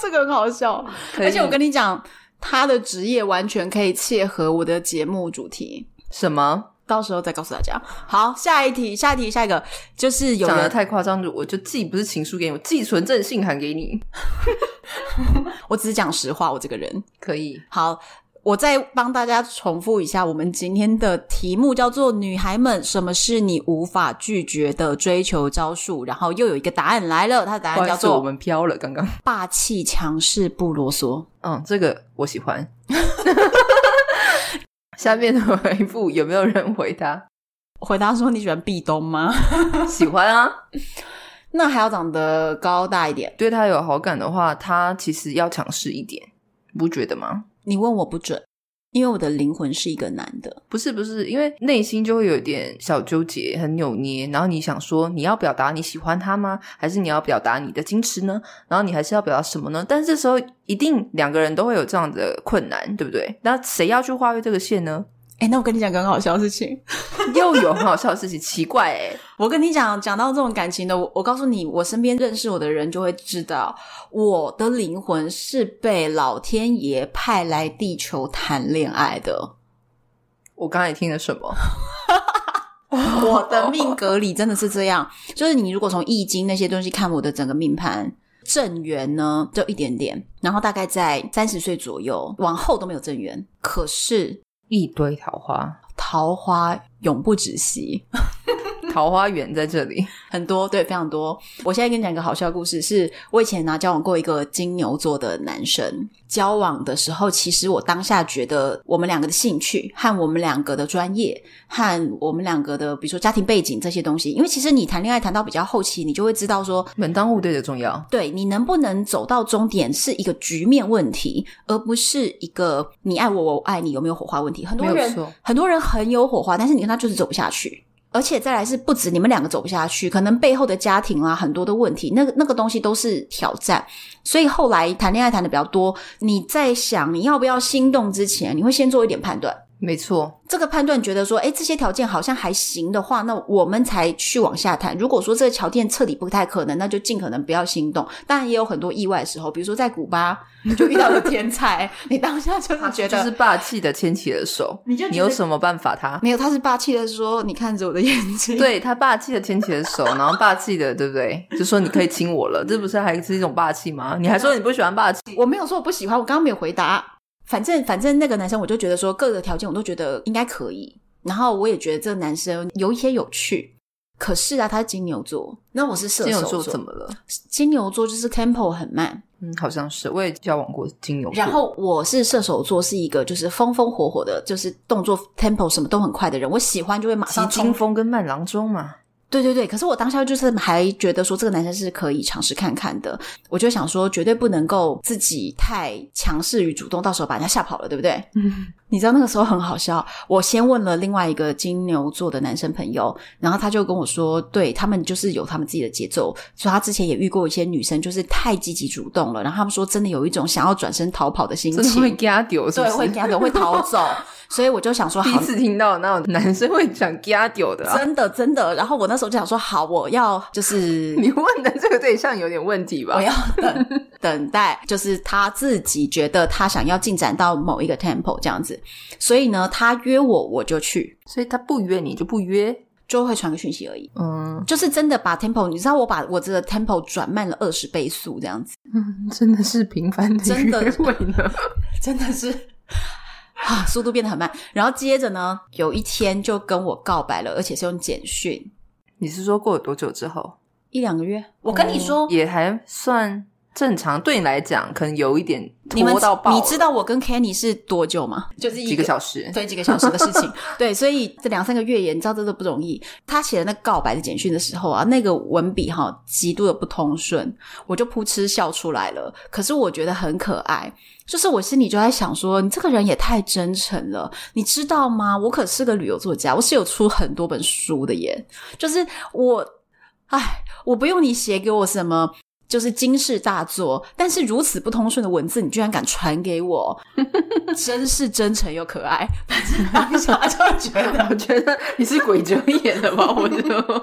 [SPEAKER 1] 这个很好笑，
[SPEAKER 2] 可以
[SPEAKER 1] 而且我跟你讲，他的职业完全可以切合我的节目主题，
[SPEAKER 2] 什么
[SPEAKER 1] 到时候再告诉大家。好，下一题，下一题，下一个就是有
[SPEAKER 2] 讲的
[SPEAKER 1] 人
[SPEAKER 2] 太夸张，我就寄不是情书给你，我寄纯正信函给你。
[SPEAKER 1] 我只讲实话，我这个人
[SPEAKER 2] 可以，
[SPEAKER 1] 好。我再帮大家重复一下，我们今天的题目叫做“女孩们，什么是你无法拒绝的追求招数”，然后又有一个答案来了，它的答
[SPEAKER 2] 不
[SPEAKER 1] 案
[SPEAKER 2] 好
[SPEAKER 1] 叫
[SPEAKER 2] 意思，我
[SPEAKER 1] 啊做
[SPEAKER 2] 们飘了刚刚。
[SPEAKER 1] “霸气强势不啰嗦
[SPEAKER 2] 嗯，这个我喜欢。 下面的回复有没有人 回答？”。
[SPEAKER 1] 回答说：“你喜欢壁咚吗
[SPEAKER 2] 喜欢啊，？”
[SPEAKER 1] 那还要长得高大一点。
[SPEAKER 2] 对他有好感的话，他其实要强势一点，你不觉得吗？
[SPEAKER 1] 你问我不准，因为我的灵魂是一个男的。
[SPEAKER 2] 不是不是，因为内心就会有一点小纠结，很扭捏。然后你想说，你要表达你喜欢他吗？还是你要表达你的矜持呢？然后你还是要表达什么呢？但是这时候一定两个人都会有这样的困难，对不对？那谁要去跨越这个线呢？
[SPEAKER 1] 哎、那我跟你讲个很好笑的事情。
[SPEAKER 2] 又有很好笑的事情，奇怪哎、
[SPEAKER 1] 我跟你讲，讲到这种感情的，我我告诉你，我身边认识我的人就会知道，我的灵魂是被老天爷派来地球谈恋爱的。
[SPEAKER 2] 我刚才听了什么？
[SPEAKER 1] 我的命格里真的是这样，就是你如果从易经那些东西看我的整个命盘。正缘呢，就一点点，然后大概在三十岁左右往后都没有正缘，可是
[SPEAKER 2] 一堆桃花，
[SPEAKER 1] 桃花永不止息。
[SPEAKER 2] 桃花源在这里。
[SPEAKER 1] 很多，对，非常多。我现在跟你讲一个好笑的故事，是我以前呢、交往过一个金牛座的男生。交往的时候，其实我当下觉得我们两个的兴趣和我们两个的专业和我们两个的，比如说家庭背景这些东西，因为其实你谈恋爱谈到比较后期，你就会知道说，
[SPEAKER 2] 门当户对的重要，
[SPEAKER 1] 对你能不能走到终点是一个局面问题，而不是一个你爱我我爱你有没有火花问题。很多
[SPEAKER 2] 没有
[SPEAKER 1] 人
[SPEAKER 2] 错
[SPEAKER 1] 很多人很有火花，但是你跟他就是走不下去。而且再来是不止你们两个走不下去，可能背后的家庭啊很多的问题，那个那个东西都是挑战。所以后来谈恋爱谈的比较多，你在想你要不要心动之前，你会先做一点判断。
[SPEAKER 2] 没错，
[SPEAKER 1] 这个判断觉得说，哎，这些条件好像还行的话，那我们才去往下谈。如果说这个条件彻底不太可能，那就尽可能不要心动。当然也有很多意外的时候，比如说在古巴，你就遇到了天才， 你当下就是觉
[SPEAKER 2] 就
[SPEAKER 1] 得
[SPEAKER 2] 是霸气的牵起了手，
[SPEAKER 1] 你就觉得
[SPEAKER 2] 你有什么办法他？
[SPEAKER 1] 没有，他是霸气的说：“你看着我的眼睛。”，
[SPEAKER 2] 对他霸气的牵起了手，然后霸气的，对不对？就说你可以亲我了，这不是还是一种霸气吗？你还说你不喜欢霸气，
[SPEAKER 1] 我没有说我不喜欢，我刚刚没有回答。反正反正那个男生，我就觉得说各个条件我都觉得应该可以，然后我也觉得这个男生有一些有趣。可是啊，他是金牛座，那我是射
[SPEAKER 2] 金牛
[SPEAKER 1] 手
[SPEAKER 2] 座
[SPEAKER 1] 座，
[SPEAKER 2] 怎么了？
[SPEAKER 1] 金牛座就是 tempo 很慢，
[SPEAKER 2] 嗯，好像是，我也交往过金牛座，
[SPEAKER 1] 然后我是射手座，是一个就是风风火火的，就是动作 tempo 什么都很快的人。我喜欢就会马
[SPEAKER 2] 其
[SPEAKER 1] 上
[SPEAKER 2] 金
[SPEAKER 1] 冲。
[SPEAKER 2] 风跟慢郎中嘛，
[SPEAKER 1] 对对对，可是我当下就是还觉得说这个男生是可以尝试看看的。我就想说，绝对不能够自己太强势与主动，到时候把人家吓跑了，对不对？
[SPEAKER 2] 嗯，
[SPEAKER 1] 你知道那个时候很好笑，我先问了另外一个金牛座的男生朋友，然后他就跟我说，对他们就是有他们自己的节奏，所以他之前也遇过一些女生就是太积极主动了，然后他们说真的有一种想要转身逃跑的心
[SPEAKER 2] 真的
[SPEAKER 1] 情，
[SPEAKER 2] 会嘎丢，是不
[SPEAKER 1] 对，
[SPEAKER 2] 是？
[SPEAKER 1] 会这样 的会逃走，所以我就 想说，
[SPEAKER 2] 第一
[SPEAKER 1] 好，
[SPEAKER 2] 次听到那种男生会讲嘎丢的、啊，
[SPEAKER 1] 真的真的。然后我那时候就想说，好，我要就是
[SPEAKER 2] 你问的这个对象有点问题吧
[SPEAKER 1] 我？要 等等待，就是他自己觉得他想要进展到某一个 tempo 这样子，所以呢，他约我我就去，
[SPEAKER 2] 所以他不约你就不约，
[SPEAKER 1] 就会传个讯息而已。
[SPEAKER 2] 嗯，
[SPEAKER 1] 就是真的把 tempo，你知道我把我这个 tempo 转慢了二十倍速这样子，
[SPEAKER 2] 真的是频繁的
[SPEAKER 1] 真的
[SPEAKER 2] 约会呢。
[SPEAKER 1] 真的是啊，速度变得很慢。然后接着呢，有一天就跟我告白了，而且是用简讯，
[SPEAKER 2] 你是说过了多久之后？
[SPEAKER 1] 一两个月。我跟你说，
[SPEAKER 2] 嗯哦也还算正常，对你来讲可能有一点
[SPEAKER 1] 你们
[SPEAKER 2] 拖到爆了，
[SPEAKER 1] 你知道我跟 Kenny 是多久吗？就是
[SPEAKER 2] 几个小 时？
[SPEAKER 1] 对几个小时的事情，对，所以这两三个月也你知道真的不容易。他写的那告白的简讯的时候啊，那个文笔哈、极度的不通顺，我就扑哧笑出来了。可是我觉得很可爱，就是我心里就在想说，你这个人也太真诚了，你知道吗？我可是个旅游作家，我是有出很多本书的耶，就是我，哎，我不用你写给我什么。就是惊世大作，但是如此不通顺的文字，你居然敢传给我，真是真诚又可爱。但是当下就觉得，
[SPEAKER 2] 啊 我觉得你是鬼遮眼了吧？我就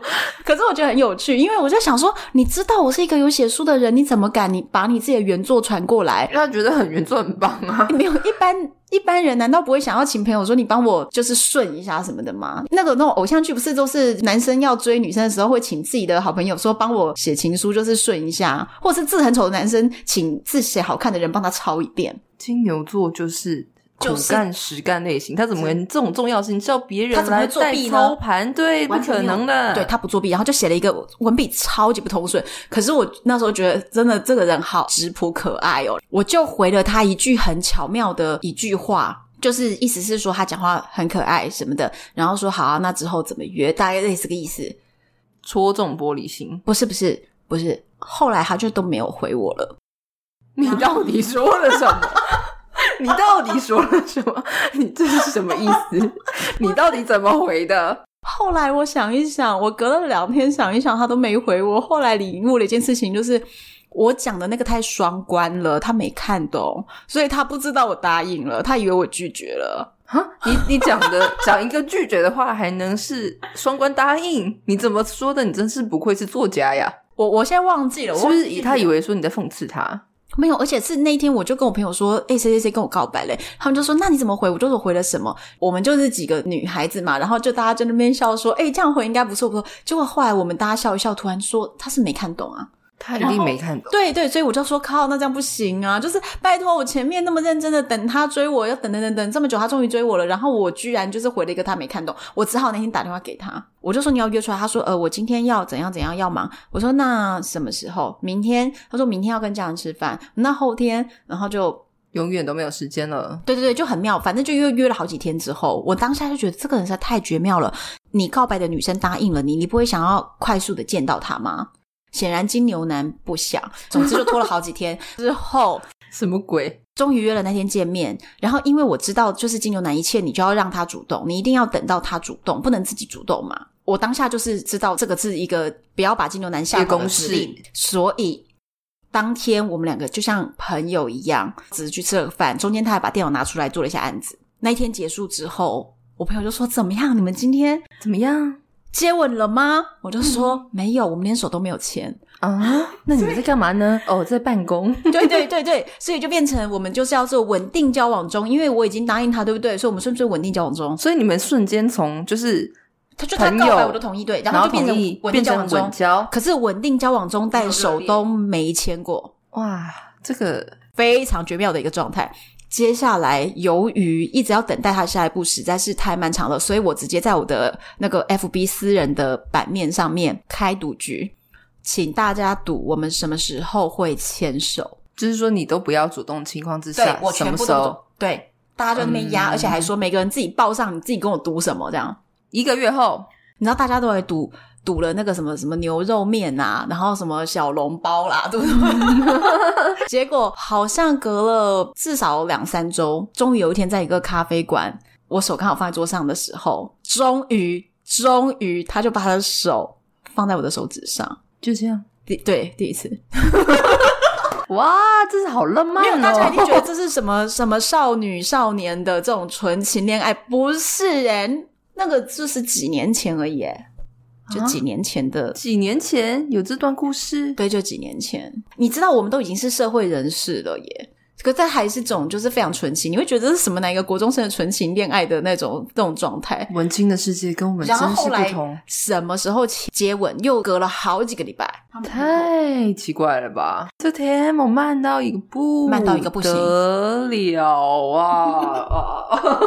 [SPEAKER 1] 可是我觉得很有趣，因为我就想说，你知道我是一个有写书的人，你怎么敢你把你自己的原作传过来？
[SPEAKER 2] 因为他觉得很原作很棒啊。
[SPEAKER 1] 没有一般一般人难道不会想要请朋友说你帮我就是顺一下什么的吗？那个那种偶像剧不是都是男生要追女生的时候会请自己的好朋友说帮我写情书，就是顺一下，或是字很丑的男生请字写好看的人帮他抄一遍。
[SPEAKER 2] 金牛座就是。苦
[SPEAKER 1] 就是
[SPEAKER 2] 干实干类型，他怎么可能这种重要事情叫别
[SPEAKER 1] 他
[SPEAKER 2] 人
[SPEAKER 1] 怎么会
[SPEAKER 2] 来
[SPEAKER 1] 作
[SPEAKER 2] 代
[SPEAKER 1] 弊呢
[SPEAKER 2] 操盘？对，哎不
[SPEAKER 1] 完全
[SPEAKER 2] 可
[SPEAKER 1] 没有
[SPEAKER 2] 能的。
[SPEAKER 1] 对他不作弊，然后就写了一个文笔超级不通顺。可是我那时候觉得，真的这个人好质朴可爱哦，我就回了他一句很巧妙的一句话。就是意思是说他讲话很可爱什么的，然后说好啊，那之后怎么约，大概类似个意思。
[SPEAKER 2] 戳中玻璃心，
[SPEAKER 1] 不是不是不是，后来他就都没有回我了。
[SPEAKER 2] 你到底说了 什么？你到底说了什么？你这是什么意思？你到底怎么回的？
[SPEAKER 1] 后来我想一想，我隔了两天想一想，他都没回我。后来领悟了一件事情，就是我讲的那个太双关了，他没看懂，所以他不知道我答应了，他以为我拒绝了。
[SPEAKER 2] 啊，你你讲的讲一个拒绝的话，还能是双关答应？你怎么说的？你真是不愧是作家呀！
[SPEAKER 1] 我我现在忘记了，我
[SPEAKER 2] 是不
[SPEAKER 1] 忘
[SPEAKER 2] 是
[SPEAKER 1] 记
[SPEAKER 2] 以
[SPEAKER 1] 了
[SPEAKER 2] 他以为说你在讽刺他？
[SPEAKER 1] 没有，而且是那一天我就跟我朋友说，哎、谁谁谁跟我告白嘞，他们就说那你怎么回？我就说回了什么？我们就是几个女孩子嘛，然后就大家在那边笑说，哎、这样回应该不错不错。结果后来我们大家笑一笑，突然说他是没看懂啊，
[SPEAKER 2] 他一定没看懂。
[SPEAKER 1] 对对，所以我就说靠，那这样不行啊！就是拜托，我前面那么认真的等他追我，要等等等等这么久，他终于追我了，然后我居然就是回了一个他没看懂，我只好那天打电话给他，我就说你要约出来，他说呃我今天要怎样怎样要忙，我说那什么时候？明天？他说明天要跟家人吃饭，那后天，然后就
[SPEAKER 2] 永远都没有时间了。
[SPEAKER 1] 对对对，就很妙。反正就约约了好几天之后，我当下就觉得这个人实在太绝妙了。你告白的女生答应了你，你不会想要快速的见到她吗？显然金牛男不想。总之就拖了好几天之后，
[SPEAKER 2] 什么鬼？
[SPEAKER 1] 终于约了那天见面。然后因为我知道，就是金牛男一切你就要让他主动，你一定要等到他主动，不能自己主动嘛。我当下就是知道这个是一个不要把金牛男吓
[SPEAKER 2] 一个
[SPEAKER 1] 跑的
[SPEAKER 2] 公
[SPEAKER 1] 指
[SPEAKER 2] 式
[SPEAKER 1] 令，所以当天我们两个就像朋友一样，只是去吃了个饭，中间他还把电脑拿出来做了一下案子。那一天结束之后，我朋友就说：“怎么样？你们今天
[SPEAKER 2] 怎么样
[SPEAKER 1] 接吻了吗？”我就说：“没有，我们连手都没有牵。
[SPEAKER 2] 啊？那你们在干嘛呢？哦，在办公。”
[SPEAKER 1] 对对对对，所以就变成我们就是要做稳定交往中，因为我已经答应他，对不对？所以我们顺顺稳定交往中，
[SPEAKER 2] 所以你们瞬间从就是，
[SPEAKER 1] 他就他
[SPEAKER 2] 朋友
[SPEAKER 1] 告白我都同意，对，然
[SPEAKER 2] 然
[SPEAKER 1] 后
[SPEAKER 2] 后
[SPEAKER 1] 就变成
[SPEAKER 2] 同意
[SPEAKER 1] 稳定
[SPEAKER 2] 变
[SPEAKER 1] 交
[SPEAKER 2] 成
[SPEAKER 1] 往中
[SPEAKER 2] 稳。交。
[SPEAKER 1] 可是稳定交往中，但
[SPEAKER 2] 有
[SPEAKER 1] 手
[SPEAKER 2] 热恋
[SPEAKER 1] 都没牵过。
[SPEAKER 2] 哇，这个
[SPEAKER 1] 非常绝妙的一个状态。接下来，由于一直要等待他下一步实在是太漫长了，所以我直接在我的那个 FB 私人的版面上面开赌局，请大家赌我们什么时候会牵手。
[SPEAKER 2] 就是说你都不要主动情况之下，什么时候？
[SPEAKER 1] 对，大家就在那边压，
[SPEAKER 2] 嗯
[SPEAKER 1] 而且还说每个人自己报上，你自己跟我赌什么这样。
[SPEAKER 2] 一个月后，
[SPEAKER 1] 你知道大家都会赌赌了那个什么什么牛肉面啊，然后什么小笼包啦，对不对？ 结果好像隔了至少两三周，终于有一天在一个咖啡馆，我手刚好放在桌上的时候，终于终于他就把他的手放在我的手指上。
[SPEAKER 2] 就这样。
[SPEAKER 1] 第对第一次，
[SPEAKER 2] 哇，这是好浪漫
[SPEAKER 1] 没有
[SPEAKER 2] 哦！
[SPEAKER 1] 大家一定觉得这是什么 什么少女少年的这种纯情恋爱，不是人，那个就是几年前而已耶，就
[SPEAKER 2] 啊
[SPEAKER 1] 几年前的
[SPEAKER 2] 几年前有这段故事，
[SPEAKER 1] 对，就几年前，你知道我们都已经是社会人士了耶，可但还是这种就是非常纯情，你会觉得这是什么哪一个国中生的纯情恋爱的那种那种状态。
[SPEAKER 2] 文青的世界跟我们真
[SPEAKER 1] 然后
[SPEAKER 2] 是
[SPEAKER 1] 后
[SPEAKER 2] 不
[SPEAKER 1] 来
[SPEAKER 2] 同，
[SPEAKER 1] 什么时候起接吻？又隔了好几个礼拜，
[SPEAKER 2] 太奇怪了吧？这 TM 慢到一个不
[SPEAKER 1] 慢到一个不行
[SPEAKER 2] 得了啊！ 啊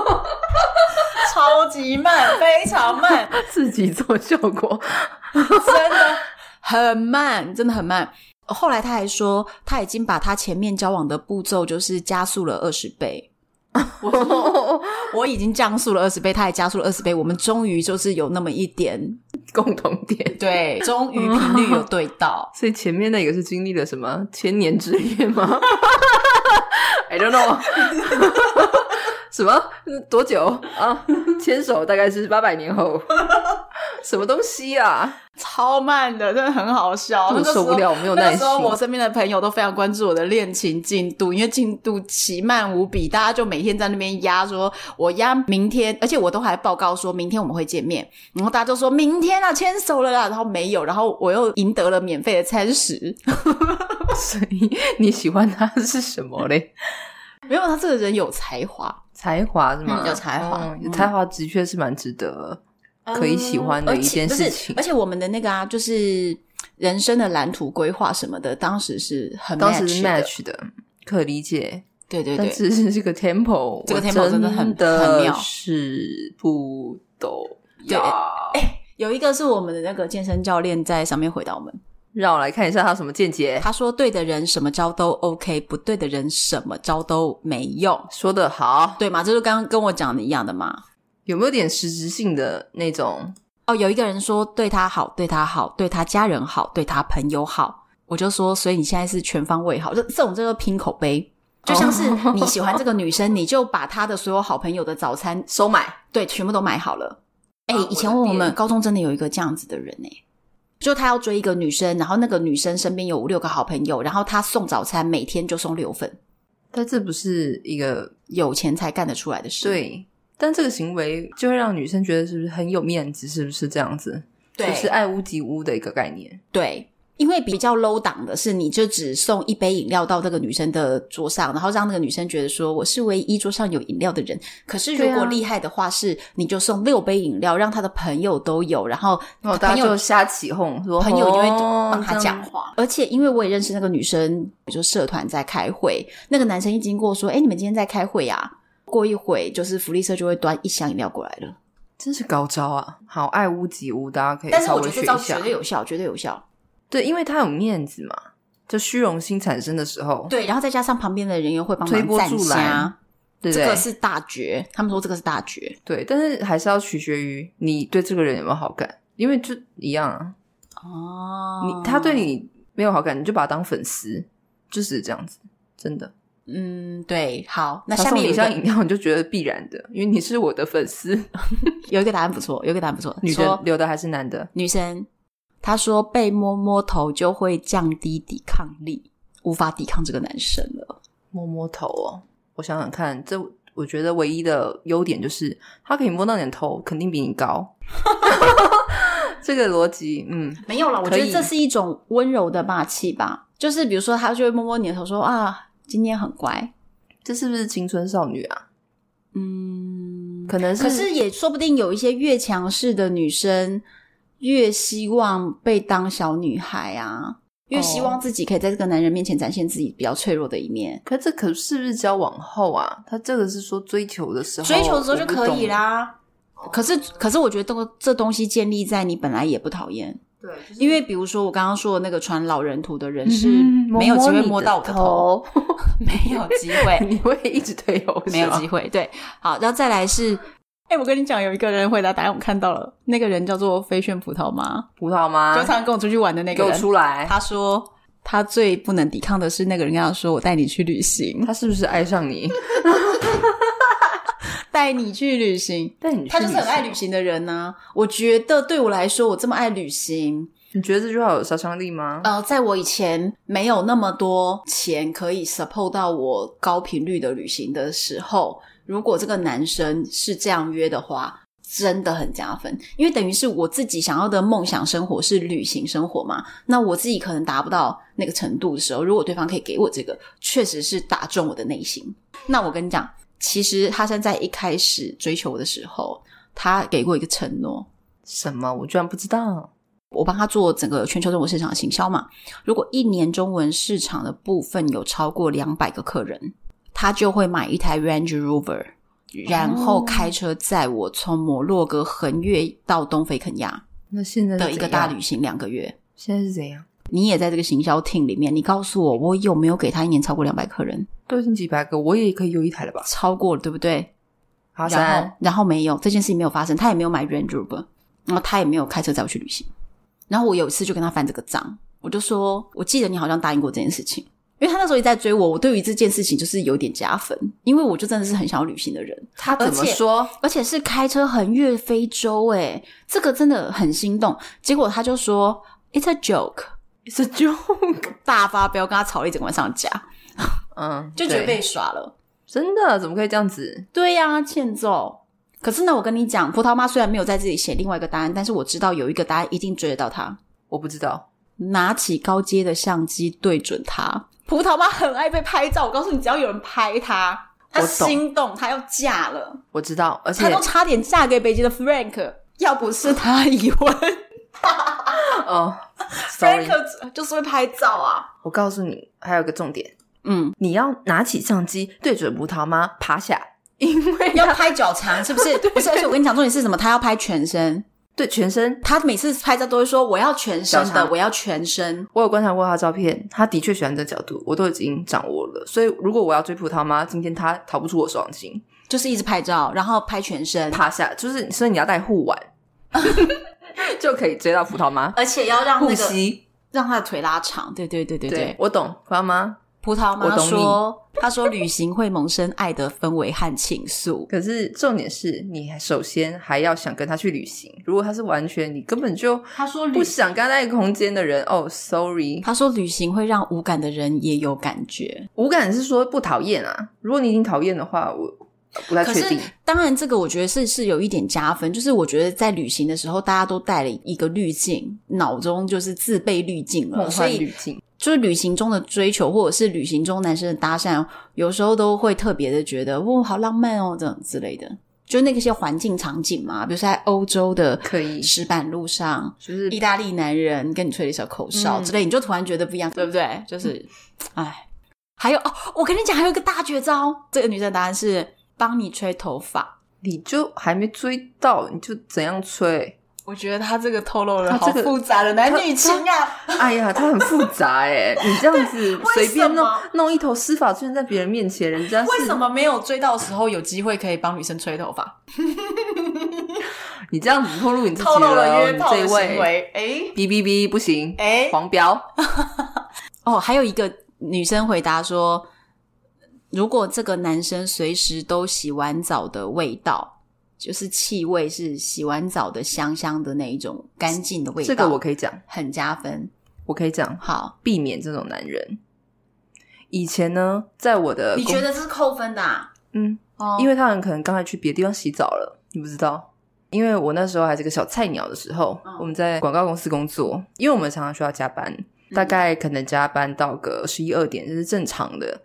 [SPEAKER 1] 超级慢，非常慢，
[SPEAKER 2] 自己做效果，
[SPEAKER 1] 真的很慢，真的很慢。后来他还说，他已经把他前面交往的步骤就是加速了二十倍。我说我已经降速了二十倍，他也加速了二十倍，我们终于就是有那么一点
[SPEAKER 2] 共同点。。
[SPEAKER 1] 对，终于频率有对到
[SPEAKER 2] 所以前面那个是经历了什么千年之恋吗 ？I don't know 。 什么？多久啊？牵手大概是八百年后。什么东西啊？
[SPEAKER 1] 超慢的，真的很好笑，哦
[SPEAKER 2] 我
[SPEAKER 1] 那个时
[SPEAKER 2] 受
[SPEAKER 1] 候
[SPEAKER 2] 不了，我没有耐
[SPEAKER 1] 那
[SPEAKER 2] 心
[SPEAKER 1] 时。 候我身边的朋友都非常关注我的恋情进度，因为进度奇慢无比，大家就每天在那边压说，我压明天，而且我都还报告说明天我们会见面，然后大家就说明天啊牵手了啦，然后没有，然后我又赢得了免费的餐食，
[SPEAKER 2] 所以你喜欢他是什么嘞？
[SPEAKER 1] 没有他这个人有才华，
[SPEAKER 2] 才华是吗？
[SPEAKER 1] 嗯有才华
[SPEAKER 2] 哦
[SPEAKER 1] 嗯
[SPEAKER 2] 才华的确是蛮值得可以喜欢的
[SPEAKER 1] 而
[SPEAKER 2] 一
[SPEAKER 1] 且
[SPEAKER 2] 件
[SPEAKER 1] 不
[SPEAKER 2] 事
[SPEAKER 1] 是
[SPEAKER 2] 情
[SPEAKER 1] 而。且我们的那个啊，就是人生的蓝图规划什么的，当时是很 match
[SPEAKER 2] 当时是
[SPEAKER 1] 的
[SPEAKER 2] match 的，可理解。
[SPEAKER 1] 对对
[SPEAKER 2] 但
[SPEAKER 1] 对，
[SPEAKER 2] 只是这个 tempo，
[SPEAKER 1] 这个
[SPEAKER 2] 我
[SPEAKER 1] tempo 真的很很妙
[SPEAKER 2] 是不懂。
[SPEAKER 1] 对有一个是我们的那个健身教练在上面回答我们，
[SPEAKER 2] 让我来看一下他有什么见解。
[SPEAKER 1] 他说：“对的人什么招都 OK，不对的人什么招都没用，
[SPEAKER 2] 说的好，
[SPEAKER 1] 对吗？”这就刚刚跟我讲的一样的嘛。
[SPEAKER 2] 有没有点实质性的那种？
[SPEAKER 1] 哦，有一个人说对他好，对他好，对他家人好，对他朋友好，我就说，所以你现在是全方位好，这这种叫做拼口碑。就像是
[SPEAKER 2] 哦
[SPEAKER 1] 你喜欢这个女生，你就把她的所有好朋友的早餐
[SPEAKER 2] 收买
[SPEAKER 1] 对，全部都买好了。哎、
[SPEAKER 2] 啊
[SPEAKER 1] 以
[SPEAKER 2] 我
[SPEAKER 1] 前
[SPEAKER 2] 的
[SPEAKER 1] 我们
[SPEAKER 2] 天
[SPEAKER 1] 高中真的有一个这样子的人哎、就他要追一个女生，然后那个女生身边有五六个好朋友，然后他送早餐每天就送六份，
[SPEAKER 2] 但这不是一个
[SPEAKER 1] 有钱才干得出来的事。
[SPEAKER 2] 对，但这个行为就会让女生觉得是不是很有面子，是不是这样子？
[SPEAKER 1] 对
[SPEAKER 2] 就是爱屋及乌的一个概念。
[SPEAKER 1] 对，因为比较 low 档的是，你就只送一杯饮料到那个女生的桌上，然后让那个女生觉得说我是唯一桌上有饮料的人。可是如
[SPEAKER 2] 对
[SPEAKER 1] 果
[SPEAKER 2] 啊
[SPEAKER 1] 厉害的话是，你就送六杯饮料，让他的朋友都有，然后
[SPEAKER 2] 然后
[SPEAKER 1] 朋
[SPEAKER 2] 哦大家
[SPEAKER 1] 友
[SPEAKER 2] 就瞎起哄说，
[SPEAKER 1] 朋友就会
[SPEAKER 2] 哦
[SPEAKER 1] 帮他讲话。而且因为我也认识那个女生，就社团在开会，那个男生一经过说：“哎、你们今天在开会呀、过一会，就是福利社就会端一箱饮料过来了。
[SPEAKER 2] 真是高招啊！好爱屋及乌，大家可以
[SPEAKER 1] 但是
[SPEAKER 2] 稍
[SPEAKER 1] 我觉得这
[SPEAKER 2] 微学一
[SPEAKER 1] 招
[SPEAKER 2] 下
[SPEAKER 1] 绝。对有效，绝对有效。
[SPEAKER 2] 对，因为他有面子嘛，就虚荣心产生的时候，
[SPEAKER 1] 对，然后再加上旁边的人员会帮
[SPEAKER 2] 推
[SPEAKER 1] 忙
[SPEAKER 2] 波
[SPEAKER 1] 站
[SPEAKER 2] 助
[SPEAKER 1] 虾
[SPEAKER 2] 澜，对不
[SPEAKER 1] 这
[SPEAKER 2] 对
[SPEAKER 1] 个？是大绝。他们说这个是大绝。
[SPEAKER 2] 对，但是还是要取决于你对这个人有没有好感，因为就一样啊，
[SPEAKER 1] 哦
[SPEAKER 2] 你他对你没有好感，你就把他当粉丝，就是这样子，真的。
[SPEAKER 1] 嗯，对，好，那
[SPEAKER 2] 他
[SPEAKER 1] 下
[SPEAKER 2] 送
[SPEAKER 1] 面有
[SPEAKER 2] 你一
[SPEAKER 1] 一
[SPEAKER 2] 箱
[SPEAKER 1] 个
[SPEAKER 2] 饮料，你就觉得必然的，因为你是我的粉丝。
[SPEAKER 1] 有一个答案不错，有一个答案不错，
[SPEAKER 2] 女的
[SPEAKER 1] 说
[SPEAKER 2] 留的还是男的？
[SPEAKER 1] 女生，她说被摸摸头就会降低抵抗力，无法抵抗这个男生了。
[SPEAKER 2] 摸摸头哦，我想想看，这我觉得唯一的优点就是他可以摸到你的头，肯定比你高。 这个逻辑，嗯，
[SPEAKER 1] 没有了，我
[SPEAKER 2] 可
[SPEAKER 1] 觉
[SPEAKER 2] 以
[SPEAKER 1] 得这是一种温柔的霸气吧，就是比如说他就会摸摸你的头说啊，今天很乖，
[SPEAKER 2] 这是不是青春少女啊？
[SPEAKER 1] 嗯，
[SPEAKER 2] 可能
[SPEAKER 1] 可是也说不定有一些越强势的女生，越希望被当小女孩啊，越希望自己可以在这个男人面前展现自己比较脆弱的一面。
[SPEAKER 2] 可这可是不是交往后啊？他这个是说追求的时候，
[SPEAKER 1] 追求的时候就可以
[SPEAKER 2] 我
[SPEAKER 1] 啦。哦可是，可是我觉得这个这东西建立在你本来也不讨厌，
[SPEAKER 2] 不懂。对，
[SPEAKER 1] 因为比如说我刚刚说的那个传老人图的人
[SPEAKER 2] 嗯
[SPEAKER 1] 是没有机会摸到我的头，，啊
[SPEAKER 2] 摸摸
[SPEAKER 1] 没有机 会，
[SPEAKER 2] 你你会一直推我，
[SPEAKER 1] 没有
[SPEAKER 2] 是吗
[SPEAKER 1] 机会。对，好，然后再来是，哎、我跟你讲，有一个人回答答案我看到了，那个人叫做飞旋葡萄妈，
[SPEAKER 2] 葡萄吗？
[SPEAKER 1] 就常跟我出去玩的那
[SPEAKER 2] 啊给
[SPEAKER 1] 个
[SPEAKER 2] 我
[SPEAKER 1] 人，
[SPEAKER 2] 出来！
[SPEAKER 1] 他说他最不能抵抗的是那个人跟他说我带你去旅 行，
[SPEAKER 2] 他是不是爱上你？
[SPEAKER 1] 带你去旅行，
[SPEAKER 2] 但你去
[SPEAKER 1] 他就是很爱
[SPEAKER 2] 旅
[SPEAKER 1] 旅
[SPEAKER 2] 行，
[SPEAKER 1] 行的人呢、我觉得对我来说，我这么爱旅行，
[SPEAKER 2] 你觉得这句话有杀伤力吗？
[SPEAKER 1] 呃，在我以前没有那么多钱可以 support 到我高频率的旅行的时候，如果这个男生是这样约的话。真的很加分，因为等于是我自己想要的梦想生活是旅行生活嘛。那我自己可能达不到那个程度的时候，如果对方可以给我这个，确实是打中我的内心。那我跟你讲，其实哈山在一开始追求我的时候，他给过一个承诺，
[SPEAKER 2] 什么？我居然不知道。
[SPEAKER 1] 我帮他做整个全球中国市场的行销嘛。如果一年中文市场的部分有超过两百个客人，他就会买一台 Range Rover，然
[SPEAKER 2] 哦
[SPEAKER 1] 后开车载我从摩洛哥横越到东非肯亚
[SPEAKER 2] 那现在是
[SPEAKER 1] 的一个大
[SPEAKER 2] 怎
[SPEAKER 1] 旅
[SPEAKER 2] 样，
[SPEAKER 1] 行两个月。
[SPEAKER 2] 现在是怎样？
[SPEAKER 1] 你也在这个行销 team 里面，你告诉我，我有没有给他一年超过两百客人？
[SPEAKER 2] 都已经几百个，我也可以有一台了吧？
[SPEAKER 1] 超过了，对不对？
[SPEAKER 2] 好，
[SPEAKER 1] 然
[SPEAKER 2] 三
[SPEAKER 1] 后，然后没有这件事情没有发生，他也没有买 Range Rover，然后他也没有开车载我去旅行。然后我有一次就跟他翻这个账，我就说，我记得你好像答应过这件事情，因为他那时候一直在追我，我对于这件事情就是有点加分，因为我就真的是很想要旅行的人，
[SPEAKER 2] 他怎么
[SPEAKER 1] 而且
[SPEAKER 2] 说？
[SPEAKER 1] 而且是开车横越非洲，诶，这个真的很心动。结果他就说 It's a joke，
[SPEAKER 2] It's a joke。
[SPEAKER 1] 大发飙，跟他吵了一整晚上的架，
[SPEAKER 2] 嗯，
[SPEAKER 1] 就觉得
[SPEAKER 2] 对
[SPEAKER 1] 被耍了。
[SPEAKER 2] 真的怎么可以这样子？
[SPEAKER 1] 对呀、欠揍。可是呢，我跟你讲，葡萄妈虽然没有在这里写另外一个答案，但是我知道有一个答案一定追得到她。
[SPEAKER 2] 我不知道。
[SPEAKER 1] 拿起高阶的相机对准她，葡萄妈很爱被拍照。我告诉你，只要有人拍她，她
[SPEAKER 2] 我懂
[SPEAKER 1] 心动，她要嫁了，
[SPEAKER 2] 我知道，而且
[SPEAKER 1] 她都差点嫁给北京的 Frank。要不是他已 婚
[SPEAKER 2] 哦 ，sorry，
[SPEAKER 1] ，Frank 就是会拍照啊。
[SPEAKER 2] 我告诉你，还有一个重点，
[SPEAKER 1] 嗯，
[SPEAKER 2] 你要拿起相机对准葡萄妈趴下，因为
[SPEAKER 1] 要拍脚长 是不是？不是，而且我跟你讲，重点是什么？他要拍全身。
[SPEAKER 2] 对全身。
[SPEAKER 1] 他每次拍照都会说：“我要全身
[SPEAKER 2] 脚
[SPEAKER 1] 的，
[SPEAKER 2] 长
[SPEAKER 1] 我要全身。”
[SPEAKER 2] 我有观察过他的照片，他的确喜欢这个角度，我都已经掌握了。所以如果我要追葡萄妈，今天他逃不出我双心，
[SPEAKER 1] 就是一直拍照，然后拍全身，
[SPEAKER 2] 趴下就是，所以你要带护 腕，就可以追到葡萄妈。
[SPEAKER 1] 而且要让
[SPEAKER 2] 护
[SPEAKER 1] 那个
[SPEAKER 2] 膝，
[SPEAKER 1] 让他的腿拉长。对对对对对。
[SPEAKER 2] 对我懂，葡萄妈。
[SPEAKER 1] 葡萄
[SPEAKER 2] 我
[SPEAKER 1] 妈
[SPEAKER 2] 懂你
[SPEAKER 1] 说，她说旅行会萌生爱的氛围和情愫。
[SPEAKER 2] 可是重点是你还首先还要想跟他去旅行。如果他是完全你根本就
[SPEAKER 1] 她说
[SPEAKER 2] 不想跟他在一个空间的人，哦，sorry，
[SPEAKER 1] 她说旅行会让无感的人也有感觉。
[SPEAKER 2] 无感是说不讨厌啊。如果你已经讨厌的话，我不太
[SPEAKER 1] 可
[SPEAKER 2] 确
[SPEAKER 1] 是
[SPEAKER 2] 定。，
[SPEAKER 1] 当然，这个我觉得是是有一点加分，就是我觉得在旅行的时候，大家都带了一个滤镜，脑中就是自备滤镜了，
[SPEAKER 2] 梦
[SPEAKER 1] 所
[SPEAKER 2] 幻
[SPEAKER 1] 以
[SPEAKER 2] 滤镜，
[SPEAKER 1] 就是旅行中的追求，或者是旅行中男生的搭讪，哦有时候都会特别的觉得，哇，好浪漫哦，这种之类的。就那个些环境场景嘛，比如说在欧洲的
[SPEAKER 2] 可以
[SPEAKER 1] 石板路上，
[SPEAKER 2] 就是
[SPEAKER 1] 意大利男人跟你吹了一首口哨
[SPEAKER 2] 嗯
[SPEAKER 1] 之类，你就突然觉得不一样，对不对？就是，哎，还有哦，我跟你讲，还有一个大绝招，这个女生的答案是帮你吹头发。
[SPEAKER 2] 你就还没追到，你就怎样吹？
[SPEAKER 1] 我觉得她这个透露
[SPEAKER 2] 她这个
[SPEAKER 1] 杂的男啊，
[SPEAKER 2] 哎呀，它很复杂 哎、你这样子
[SPEAKER 1] 为
[SPEAKER 2] 随
[SPEAKER 1] 什
[SPEAKER 2] 便弄
[SPEAKER 1] 么
[SPEAKER 2] 弄一头丝发出现在别人面前，人家是
[SPEAKER 1] 么没有追到的时候有机会可以帮女生吹头发？
[SPEAKER 2] 你这样子透露你自己了哦，你这一位，
[SPEAKER 1] 哎
[SPEAKER 2] 哔哔哔，不行，
[SPEAKER 1] 哎
[SPEAKER 2] 黄标。
[SPEAKER 1] 哦，还有一个女生回答说，如果这个男生随时都洗完澡的味道，就是气味是洗完澡的香香的那一种干净的味道，
[SPEAKER 2] 这个我可以讲，
[SPEAKER 1] 很加分。
[SPEAKER 2] 我可以讲，
[SPEAKER 1] 好，
[SPEAKER 2] 避免这种男人。以前呢，在我的
[SPEAKER 1] 你
[SPEAKER 2] 工
[SPEAKER 1] 觉得这是扣分的、啊？
[SPEAKER 2] 嗯，
[SPEAKER 1] 哦
[SPEAKER 2] 因为他很可能刚才去别的地方洗澡了，你不知道。因为我那时候还是个小菜鸟的时候，
[SPEAKER 1] 嗯
[SPEAKER 2] 我们在广告公司工作，因为我们常常需要加班，大
[SPEAKER 1] 嗯
[SPEAKER 2] 概可能加班到个十一二点，这是正常的。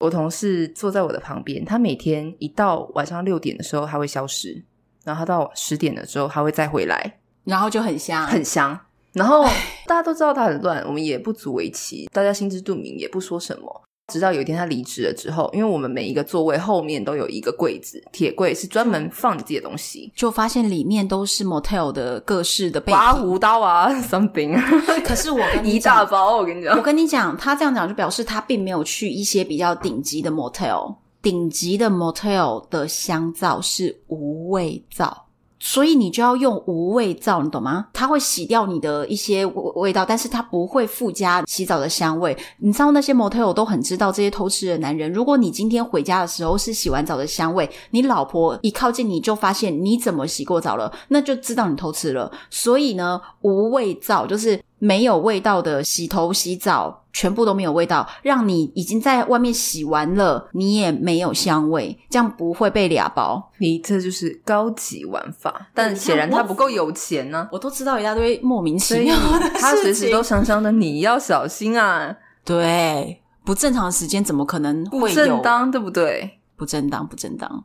[SPEAKER 2] 我同事坐在我的旁边，他每天一到晚上六点的时候，他会消失，然后他到十点的时候，他会再回来，
[SPEAKER 1] 然后就很香，
[SPEAKER 2] 很香。然后大家都知道他很乱，我们也不足为奇，大家心知肚明，也不说什么。直到有一天他离职了之后，因为我们每一个座位后面都有一个柜子，铁柜是专门放你自己的东西，
[SPEAKER 1] 就发现里面都是 motel 的各式的备
[SPEAKER 2] 刮
[SPEAKER 1] 品。
[SPEAKER 2] 胡刀啊 ，something，
[SPEAKER 1] 可是我跟你
[SPEAKER 2] 一大
[SPEAKER 1] 讲，
[SPEAKER 2] 包。我跟你
[SPEAKER 1] 我
[SPEAKER 2] 讲，
[SPEAKER 1] 跟你讲，他这样讲就表示他并没有去一些比较顶级的 motel，顶级的 motel 的香皂是无味皂，所以你就要用无味皂，你懂吗？它会洗掉你的一些味味道，但是它不会附加洗澡的香味。你知道那些 motel 都很知道这些偷吃的男人，如果你今天回家的时候是洗完澡的香味，你老婆一靠近你就发现你怎么洗过澡了，那就知道你偷吃了。所以呢，无味皂就是没有味道的洗头、洗澡，全部都没有味道，让你已经在外面洗完了，你也没有香味，这样不会被俩包。
[SPEAKER 2] 你这就是高级玩法，但
[SPEAKER 1] 你看
[SPEAKER 2] 显然他
[SPEAKER 1] 我
[SPEAKER 2] 不够有钱呢、
[SPEAKER 1] 我都知道一大堆莫名其
[SPEAKER 2] 所以
[SPEAKER 1] 妙的事情，
[SPEAKER 2] 他随时都香香的，你要小心啊，
[SPEAKER 1] 对不正常的时间，怎么可能
[SPEAKER 2] 不
[SPEAKER 1] 会有啊
[SPEAKER 2] 正当，对不对？
[SPEAKER 1] 不正当，不正当。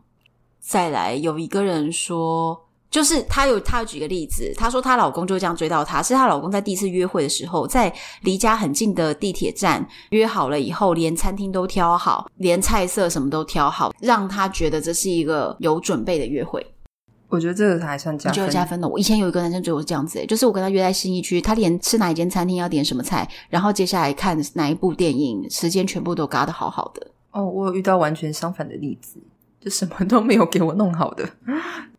[SPEAKER 1] 再来，有一个人说，就是她有她有举个例子，她说她老公就这样追到她，是她老公在第一次约会的时候，在离家很近的地铁站约好了以后，连餐厅都挑好，连菜色什么都挑好，让她觉得这是一个有准备的约会。
[SPEAKER 2] 我觉得这个还算加
[SPEAKER 1] 你觉
[SPEAKER 2] 分
[SPEAKER 1] 得，加分的？我以前有一个男生追我是这样子、欸，就是我跟他约在新一区，他连吃哪一间餐厅要点什么菜，然后接下来看哪一部电影，时间全部都嘎的好好的。
[SPEAKER 2] 哦，我有遇到完全相反的例子，就什么都没有给我弄好的，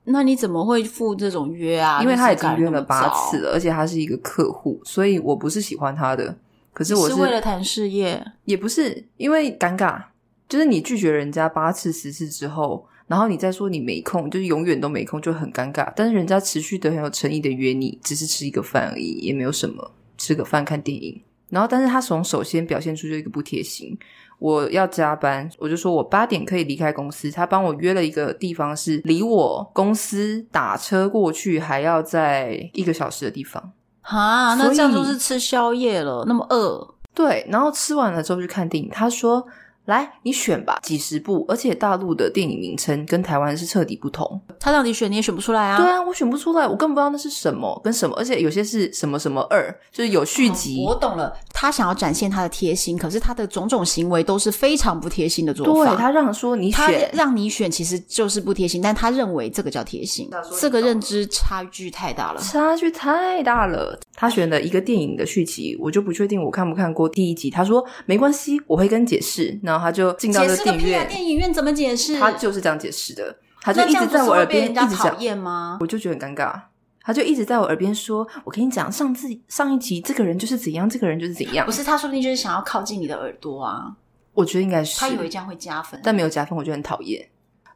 [SPEAKER 1] 那你怎么会赴这种约啊？
[SPEAKER 2] 因为他已
[SPEAKER 1] 你怎么敢
[SPEAKER 2] 经约了八
[SPEAKER 1] 那么早
[SPEAKER 2] 次，了，而且他是一个客户，所以我不是喜欢他的，可是
[SPEAKER 1] 你
[SPEAKER 2] 我
[SPEAKER 1] 是为了谈事业，
[SPEAKER 2] 也不是因为尴尬，就是你拒绝人家八次十次之后，然后你再说你没空，就是永远都没空，就很尴尬。但是人家持续的很有诚意的约你，只是吃一个饭而已，也没有什么，吃个饭看电影。然后，但是他从首先表现出就一个不贴心，我要加班，我就说我八点可以离开公司。他帮我约了一个地方，是离我公司打车过去还要在一个小时的地方。
[SPEAKER 1] 哈，那
[SPEAKER 2] 所以
[SPEAKER 1] 这样就是吃宵夜了，那么饿，
[SPEAKER 2] 对，然后吃完了之后去看电影，他说：“来，你选吧，几十部，而且大陆的电影名称跟台湾是彻底不同。
[SPEAKER 1] 他让你选你也选不出来啊。
[SPEAKER 2] 对啊，我选不出来，我根本不知道那是什么跟什么，而且有些是什么什么二，就是有续集。
[SPEAKER 1] 哦我懂了，他想要展现他的贴心，可是他的种种行为都是非常不贴心的做
[SPEAKER 2] 对
[SPEAKER 1] 法。
[SPEAKER 2] 他让说你
[SPEAKER 1] 他
[SPEAKER 2] 选，
[SPEAKER 1] 让你选，其实就是不贴心，但他认为这个叫贴心
[SPEAKER 2] 他说，你
[SPEAKER 1] 这个认知差距太大了。
[SPEAKER 2] 差距太大了。他选了一个电影的续集，我就不确定我看不看过第一集。他说没关系，我会跟你解释。然后他就进到
[SPEAKER 1] 解
[SPEAKER 2] 这
[SPEAKER 1] 释
[SPEAKER 2] 个
[SPEAKER 1] 个
[SPEAKER 2] 电影
[SPEAKER 1] 屁啊！
[SPEAKER 2] 院，
[SPEAKER 1] 电影院怎么解释？
[SPEAKER 2] 他就是这样解释的。他就
[SPEAKER 1] 那这
[SPEAKER 2] 一
[SPEAKER 1] 样
[SPEAKER 2] 直
[SPEAKER 1] 不是
[SPEAKER 2] 在我
[SPEAKER 1] 会
[SPEAKER 2] 耳
[SPEAKER 1] 被
[SPEAKER 2] 边
[SPEAKER 1] 人
[SPEAKER 2] 一
[SPEAKER 1] 家
[SPEAKER 2] 直
[SPEAKER 1] 讨
[SPEAKER 2] 讲，
[SPEAKER 1] 厌吗？
[SPEAKER 2] 我就觉得很尴尬。他就一直在我耳边说：“我跟你讲，上次上一集这个人就是怎样，这个人就是怎样
[SPEAKER 1] 不。是，他说不定就是想要靠近你的耳朵啊，”
[SPEAKER 2] 我觉得应该是
[SPEAKER 1] 他以为这样会加分。
[SPEAKER 2] 但没有加分，我觉得很讨厌。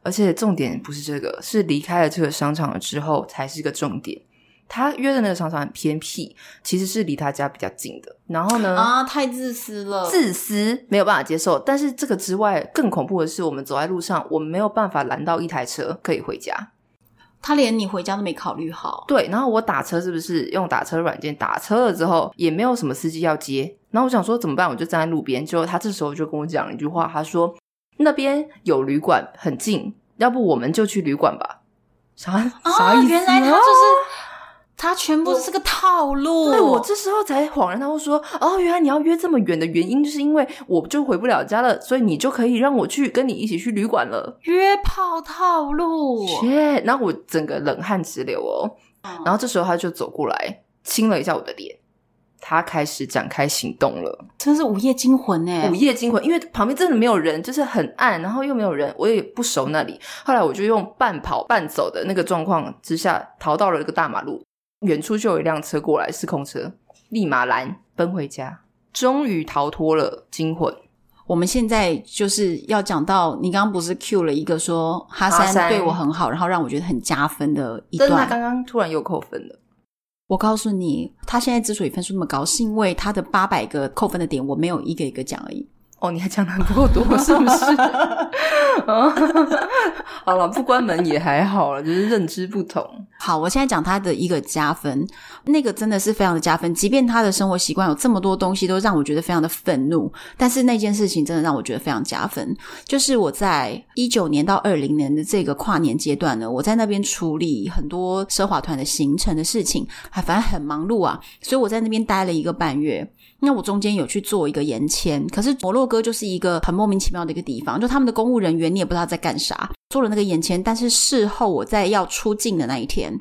[SPEAKER 2] 而且重点不是这个，是离开了这个商场了之后才是个重点。他约的那个商场很偏僻，其实是离他家比较近的。然后呢，
[SPEAKER 1] 啊，太自私了。
[SPEAKER 2] 自私没有办法接受。但是这个之外，更恐怖的是，我们走在路上，我们没有办法拦到一台车可以回家。
[SPEAKER 1] 他连你回家都没考虑好，
[SPEAKER 2] 对，然后我打车是不是用打车软件打车了之后，也没有什么司机要接，然后我想说怎么办，我就站在路边，结果他这时候就跟我讲了一句话，他说那边有旅馆很近，要不我们就去旅馆吧。啥啥意思、
[SPEAKER 1] 哦啊原来他就是他全部是个套路。
[SPEAKER 2] 对我这时候才恍然大悟说，哦，原来你要约这么远的原因，就是因为我就回不了家了，所以你就可以让我去跟你一起去旅馆了。
[SPEAKER 1] 约炮套路，
[SPEAKER 2] 切！然后我整个冷汗直流哦。
[SPEAKER 1] 嗯
[SPEAKER 2] 然后这时候他就走过来，亲了一下我的脸。他开始展开行动了，
[SPEAKER 1] 真是午夜惊魂哎
[SPEAKER 2] 午！夜惊魂，因为旁边真的没有人，就是很暗，然后又没有人，我也不熟那里。后来我就用半跑半走的那个状况之下，逃到了一个大马路，远处就有一辆车过来，是空车，立马拦奔回家，终于逃脱了惊魂。
[SPEAKER 1] 我们现在就是要讲到，你刚刚不是 Q 了一个说哈
[SPEAKER 2] 哈
[SPEAKER 1] 三
[SPEAKER 2] 三
[SPEAKER 1] 对我很好，然后让我觉得很加分的一
[SPEAKER 2] 但是他
[SPEAKER 1] 段。
[SPEAKER 2] 刚刚突然又扣分了。
[SPEAKER 1] 我告诉你，他现在之所以分数那么高，是因为他的八百个扣分的点，我没有一个一个讲而已。
[SPEAKER 2] 哦，你还讲的不够多是 不是？哦好了，不关门也还好了，就是认知不同。
[SPEAKER 1] 好，我现在讲他的一个加分，那个真的是非常的加分。即便他的生活习惯有这么多东西都让我觉得非常的愤怒，但是那件事情真的让我觉得非常加分。就是我在一九年到二零年的这个跨年阶段呢，我在那边处理很多奢华团的行程的事情，啊，反正很忙碌啊，所以我在那边待了一个半月。那我中间有去做一个延签，可是摩洛哥就是一个很莫名其妙的一个地方，就他们的公务人员你也不知道在干啥。做了那个延签，但是事后我在要出境的那一天，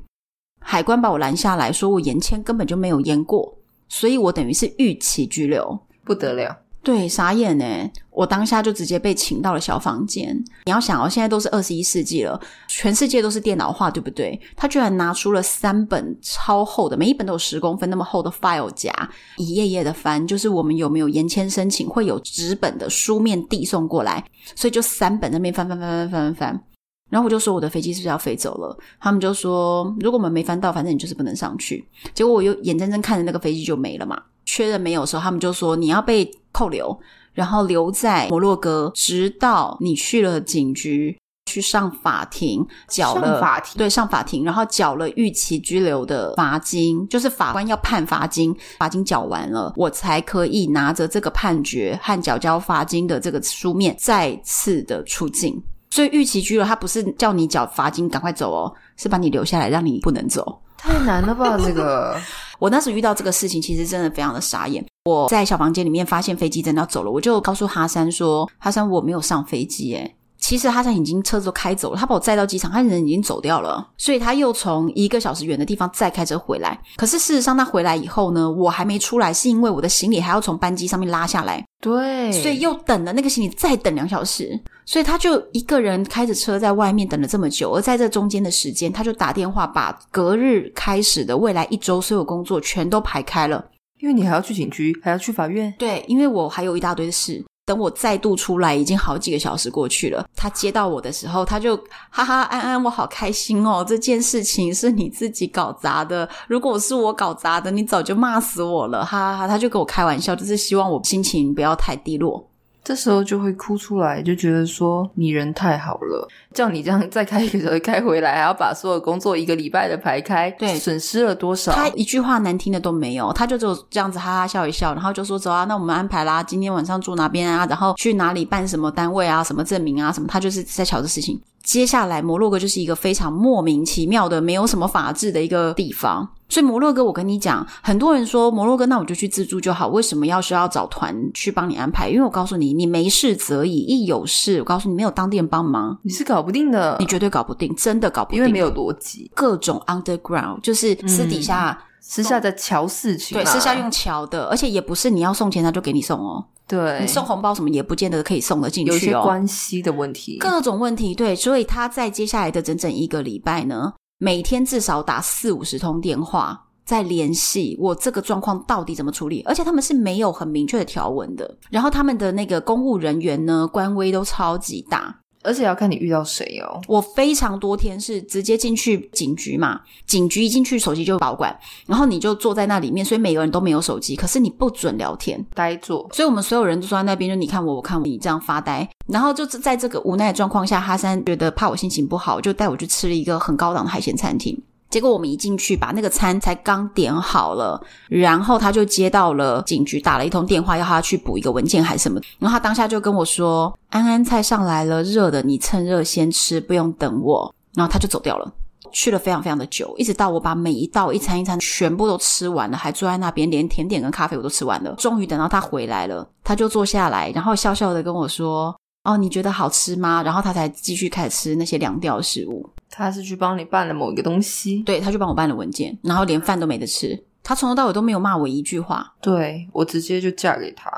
[SPEAKER 1] 海关把我拦下来说我延签根本就没有延过，所以我等于是逾期拘留。
[SPEAKER 2] 不得了，
[SPEAKER 1] 对，傻眼呢！我当下就直接被请到了小房间。你要想哦，现在都是二十一世纪了，全世界都是电脑化，对不对？他居然拿出了三本超厚的，每一本都有十公分那么厚的 file 夹，一页页的翻，就是我们有没有延签申请，会有纸本的书面递送过来，所以就三本那边翻翻翻翻翻翻翻。然后我就说我的飞机是不是要飞走了？他们就说如果我们没翻到，反正你就是不能上去。结果我又眼睁睁看着那个飞机就没了嘛。确认没有的时候，他们就说你要被扣留，然后留在摩洛哥，直到你去了警局，去上法庭，缴了
[SPEAKER 2] 上法庭
[SPEAKER 1] 对上法庭，然后缴了逾期拘留的罚金，就是法官要判罚金，罚金缴完了，我才可以拿着这个判决和缴交罚金的这个书面再次的出境。所以逾期拘留，他不是叫你缴罚金赶快走哦，是把你留下来，让你不能走。
[SPEAKER 2] 太难了吧？这 个
[SPEAKER 1] 我那时候遇到这个事情，其实真的非常的傻眼。我在小房间里面发现飞机真的要走了，我就告诉哈山说：“哈山，我没有上飞机。”诶，其实哈山已经车子都开走了，他把我载到机场，他人已经走掉了，所以他又从一个小时远的地方再开车回来。可是事实上，他回来以后呢，我还没出来，是因为我的行李还要从班机上面拉下来，
[SPEAKER 2] 对，
[SPEAKER 1] 所以又等了那个行李再等两小时，所以他就一个人开着车在外面等了这么久，而在这中间的时间，他就打电话把隔日开始的未来一周所有工作全都排开了。
[SPEAKER 2] 因为你还要去警局，还要去法院，
[SPEAKER 1] 对，因为我还有一大堆事。等我再度出来，已经好几个小时过去了。他接到我的时候，他就哈哈安安，我好开心哦！这件事情是你自己搞砸的，如果是我搞砸的，你早就骂死我了，哈哈哈！他就跟我开玩笑，就是希望我心情不要太低落。
[SPEAKER 2] 这时候就会哭出来，就觉得说你人太好了，叫你这样再开一个小时开回来，还要把所有工作一个礼拜的排开，
[SPEAKER 1] 对
[SPEAKER 2] 损失了多少？
[SPEAKER 1] 他一句话难听的都没有，他就只有这样子哈哈笑一笑，然后就说走啊，那我们安排啦，今天晚上住哪边啊，然后去哪里办什么单位啊，什么证明啊，什么，他就是在瞧这事情。接下来，摩洛哥就是一个非常莫名其妙的、没有什么法治的一个地方。所以摩洛哥，我跟你讲，很多人说摩洛哥，那我就去自助就好，为什么要需要找团去帮你安排？因为我告诉你，你没事则已，一有事，我告诉你，没有当地人帮忙，
[SPEAKER 2] 你是搞不定的，
[SPEAKER 1] 你绝对搞不定，真的搞不定，
[SPEAKER 2] 因为没有逻辑，
[SPEAKER 1] 各种 underground，就是私底下。
[SPEAKER 2] 私下在瞧事情、啊，
[SPEAKER 1] 对，私下用桥的，而且也不是你要送钱他就给你送哦，
[SPEAKER 2] 对
[SPEAKER 1] 你送红包什么也不见得可以送得进
[SPEAKER 2] 有一
[SPEAKER 1] 去
[SPEAKER 2] 些
[SPEAKER 1] 哦。
[SPEAKER 2] 关系的问题，
[SPEAKER 1] 各种问题，对，所以他在接下来的整整一个礼拜呢，每天至少打四五十通电话在联系我这个状况到底怎么处理，而且他们是没有很明确的条文的，然后他们的那个公务人员呢，官威都超级大，
[SPEAKER 2] 而且要看你遇到谁哦。
[SPEAKER 1] 我非常多天是直接进去警局嘛，警局一进去手机就保管，然后你就坐在那里面，所以每个人都没有手机，可是你不准聊天，
[SPEAKER 2] 呆坐，
[SPEAKER 1] 所以我们所有人都坐在那边，就你看我，我看你这样发呆。然后就是在这个无奈的状况下，哈山觉得怕我心情不好，就带我去吃了一个很高档的海鲜餐厅。结果我们一进去，把那个餐才刚点好了，然后他就接到了警局打了一通电话，要他去补一个文件还是什么。然后他当下就跟我说：“安安菜上来了，热的，你趁热先吃，不用等我。”然后他就走掉了。去了非常非常的久，一直到我把每一道一餐一餐全部都吃完了，还坐在那边，连甜点跟咖啡我都吃完了。终于等到他回来了，他就坐下来，然后笑笑的跟我说：“哦，你觉得好吃吗？”然后他才继续开始吃那些凉掉的食物。
[SPEAKER 2] 他是去帮你办了某一个东西。
[SPEAKER 1] 对，他就帮我办了文件，然后连饭都没得吃。他从头到尾都没有骂我一句话。
[SPEAKER 2] 对我直接就嫁给他，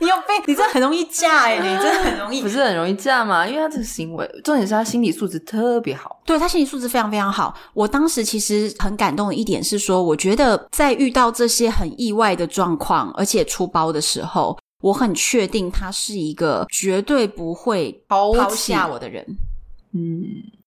[SPEAKER 1] 你有被你真的很容易嫁哎、你真的很容易
[SPEAKER 2] 不是很容易嫁嘛？因为他这个行为，重点是他心理素质特别好。
[SPEAKER 1] 对他心理素质非常非常好。我当时其实很感动的一点是说，我觉得在遇到这些很意外的状况，而且出包的时候，我很确定他是一个绝对不会
[SPEAKER 2] 抛
[SPEAKER 1] 抛
[SPEAKER 2] 弃
[SPEAKER 1] 下我的人。
[SPEAKER 2] 嗯，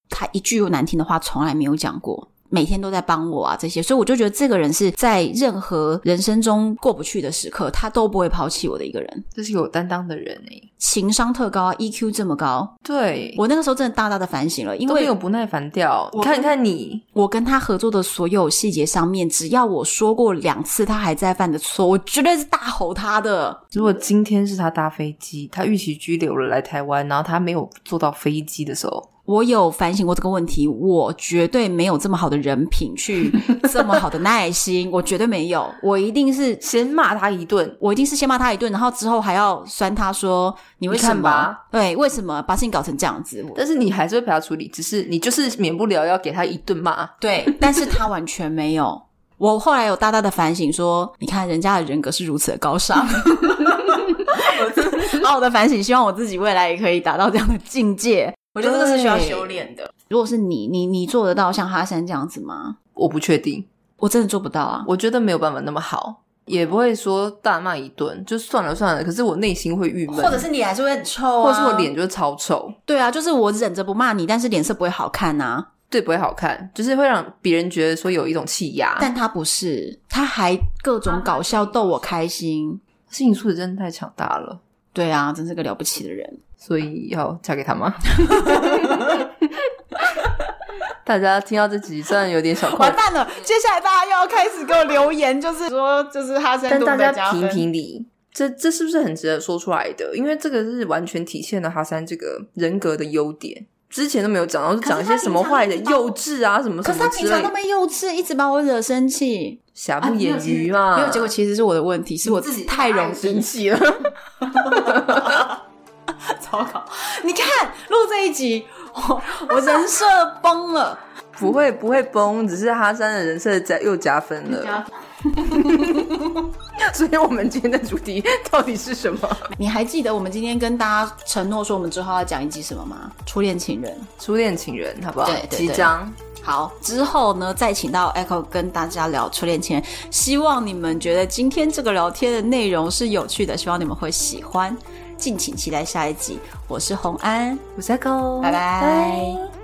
[SPEAKER 1] 他一句难听的话从来没有讲过，每天都在帮我啊这些，所以我就觉得这个人是在任何人生中过不去的时刻，他都不会抛弃我的一个人。
[SPEAKER 2] 这是有担当的人哎。
[SPEAKER 1] 情商特高啊，EQ 这么高，
[SPEAKER 2] 对，
[SPEAKER 1] 我那个时候真的大大的反省了，因
[SPEAKER 2] 都没
[SPEAKER 1] 为
[SPEAKER 2] 有不耐烦掉。
[SPEAKER 1] 我
[SPEAKER 2] 你看，你看你，
[SPEAKER 1] 我跟他合作的所有细节上面，只要我说过两次他还在犯的错，我绝对是大吼他的。
[SPEAKER 2] 如果今天是他搭飞机，他预期拘留了来台湾，然后他没有坐到飞机的时候，
[SPEAKER 1] 我有反省过这个问题，我绝对没有这么好的人品，去这么好的耐心， 我绝对没有，我一定是。
[SPEAKER 2] 先骂他一顿，
[SPEAKER 1] 我一定是先骂他一顿，然后之后还要酸他说：“你为
[SPEAKER 2] 你看
[SPEAKER 1] 什么
[SPEAKER 2] 吧？
[SPEAKER 1] 对，为什么把事情搞成这样子？”我
[SPEAKER 2] 但是你还是会陪他处理，只是你就是免不了要给他一顿骂。
[SPEAKER 1] 对，但是他完全没有。我后来有大大的反省说，你看人家的人格是如此的高 尚，我真的好好的反省，希望我自己未来也可以达到这样的境界。我觉得这个是需要修炼的。如果是你，你你做得到像哈山这样子吗？
[SPEAKER 2] 我不确定，
[SPEAKER 1] 我真的做不到啊！
[SPEAKER 2] 我觉得没有办法那么好，也不会说大骂一顿就算了算了。可是我内心会郁闷，
[SPEAKER 1] 或者是你还是会很臭、啊，
[SPEAKER 2] 或者是我脸就会超丑，
[SPEAKER 1] 对啊，就是我忍着不骂你，但是脸色不会好看啊。
[SPEAKER 2] 对，不会好看，就是会让别人觉得说有一种气压。
[SPEAKER 1] 但他不是，他还各种搞笑逗我开心。
[SPEAKER 2] 心理素质真的太强大了，
[SPEAKER 1] 对啊，真是个了不起的人。
[SPEAKER 2] 所以要嫁给 他吗？大家听到这集虽然有点小 快
[SPEAKER 1] 完
[SPEAKER 2] 乐，
[SPEAKER 1] 蛋了！接下来大家又要开始给我留言，就是说，就是哈森
[SPEAKER 2] 但
[SPEAKER 1] 多
[SPEAKER 2] 大
[SPEAKER 1] 么的
[SPEAKER 2] 家
[SPEAKER 1] 加
[SPEAKER 2] 评
[SPEAKER 1] 分。
[SPEAKER 2] 评理，这这是不是很值得说出来的？因为这个是完全体现了哈山这个人格的优点。之前都没有讲到，就讲一些什么坏的
[SPEAKER 1] 可是他平常
[SPEAKER 2] 幼稚啊，什么
[SPEAKER 1] 可
[SPEAKER 2] 什
[SPEAKER 1] 是
[SPEAKER 2] 么
[SPEAKER 1] 他
[SPEAKER 2] 之
[SPEAKER 1] 平
[SPEAKER 2] 类
[SPEAKER 1] 常那
[SPEAKER 2] 的，
[SPEAKER 1] 么幼稚，一直把我惹生气，
[SPEAKER 2] 瑕不掩瑜嘛。
[SPEAKER 1] 啊没有结果，其实是我的问题，是我
[SPEAKER 2] 自己
[SPEAKER 1] 太容
[SPEAKER 2] 太
[SPEAKER 1] 易
[SPEAKER 2] 生
[SPEAKER 1] 气了。 糟糕！你看录这一集，我我人设崩 了。
[SPEAKER 2] 不会不会崩，只是哈山的人设加又加分
[SPEAKER 1] 啊
[SPEAKER 2] 了。 所以我们今天的主题到底 是什么？
[SPEAKER 1] 你还记得我们今天跟大家承诺说我们之后要讲一集什么吗？初恋情人。
[SPEAKER 2] 初恋情人，好不好？
[SPEAKER 1] 对对对
[SPEAKER 2] 即将
[SPEAKER 1] 好，之后呢再请到 Echo 跟大家聊初恋情人。希望你们觉得今天这个聊天的内容是有趣的，希望你们会喜欢。敬请期待下一集。我是红安，
[SPEAKER 2] 我在高，
[SPEAKER 1] 拜拜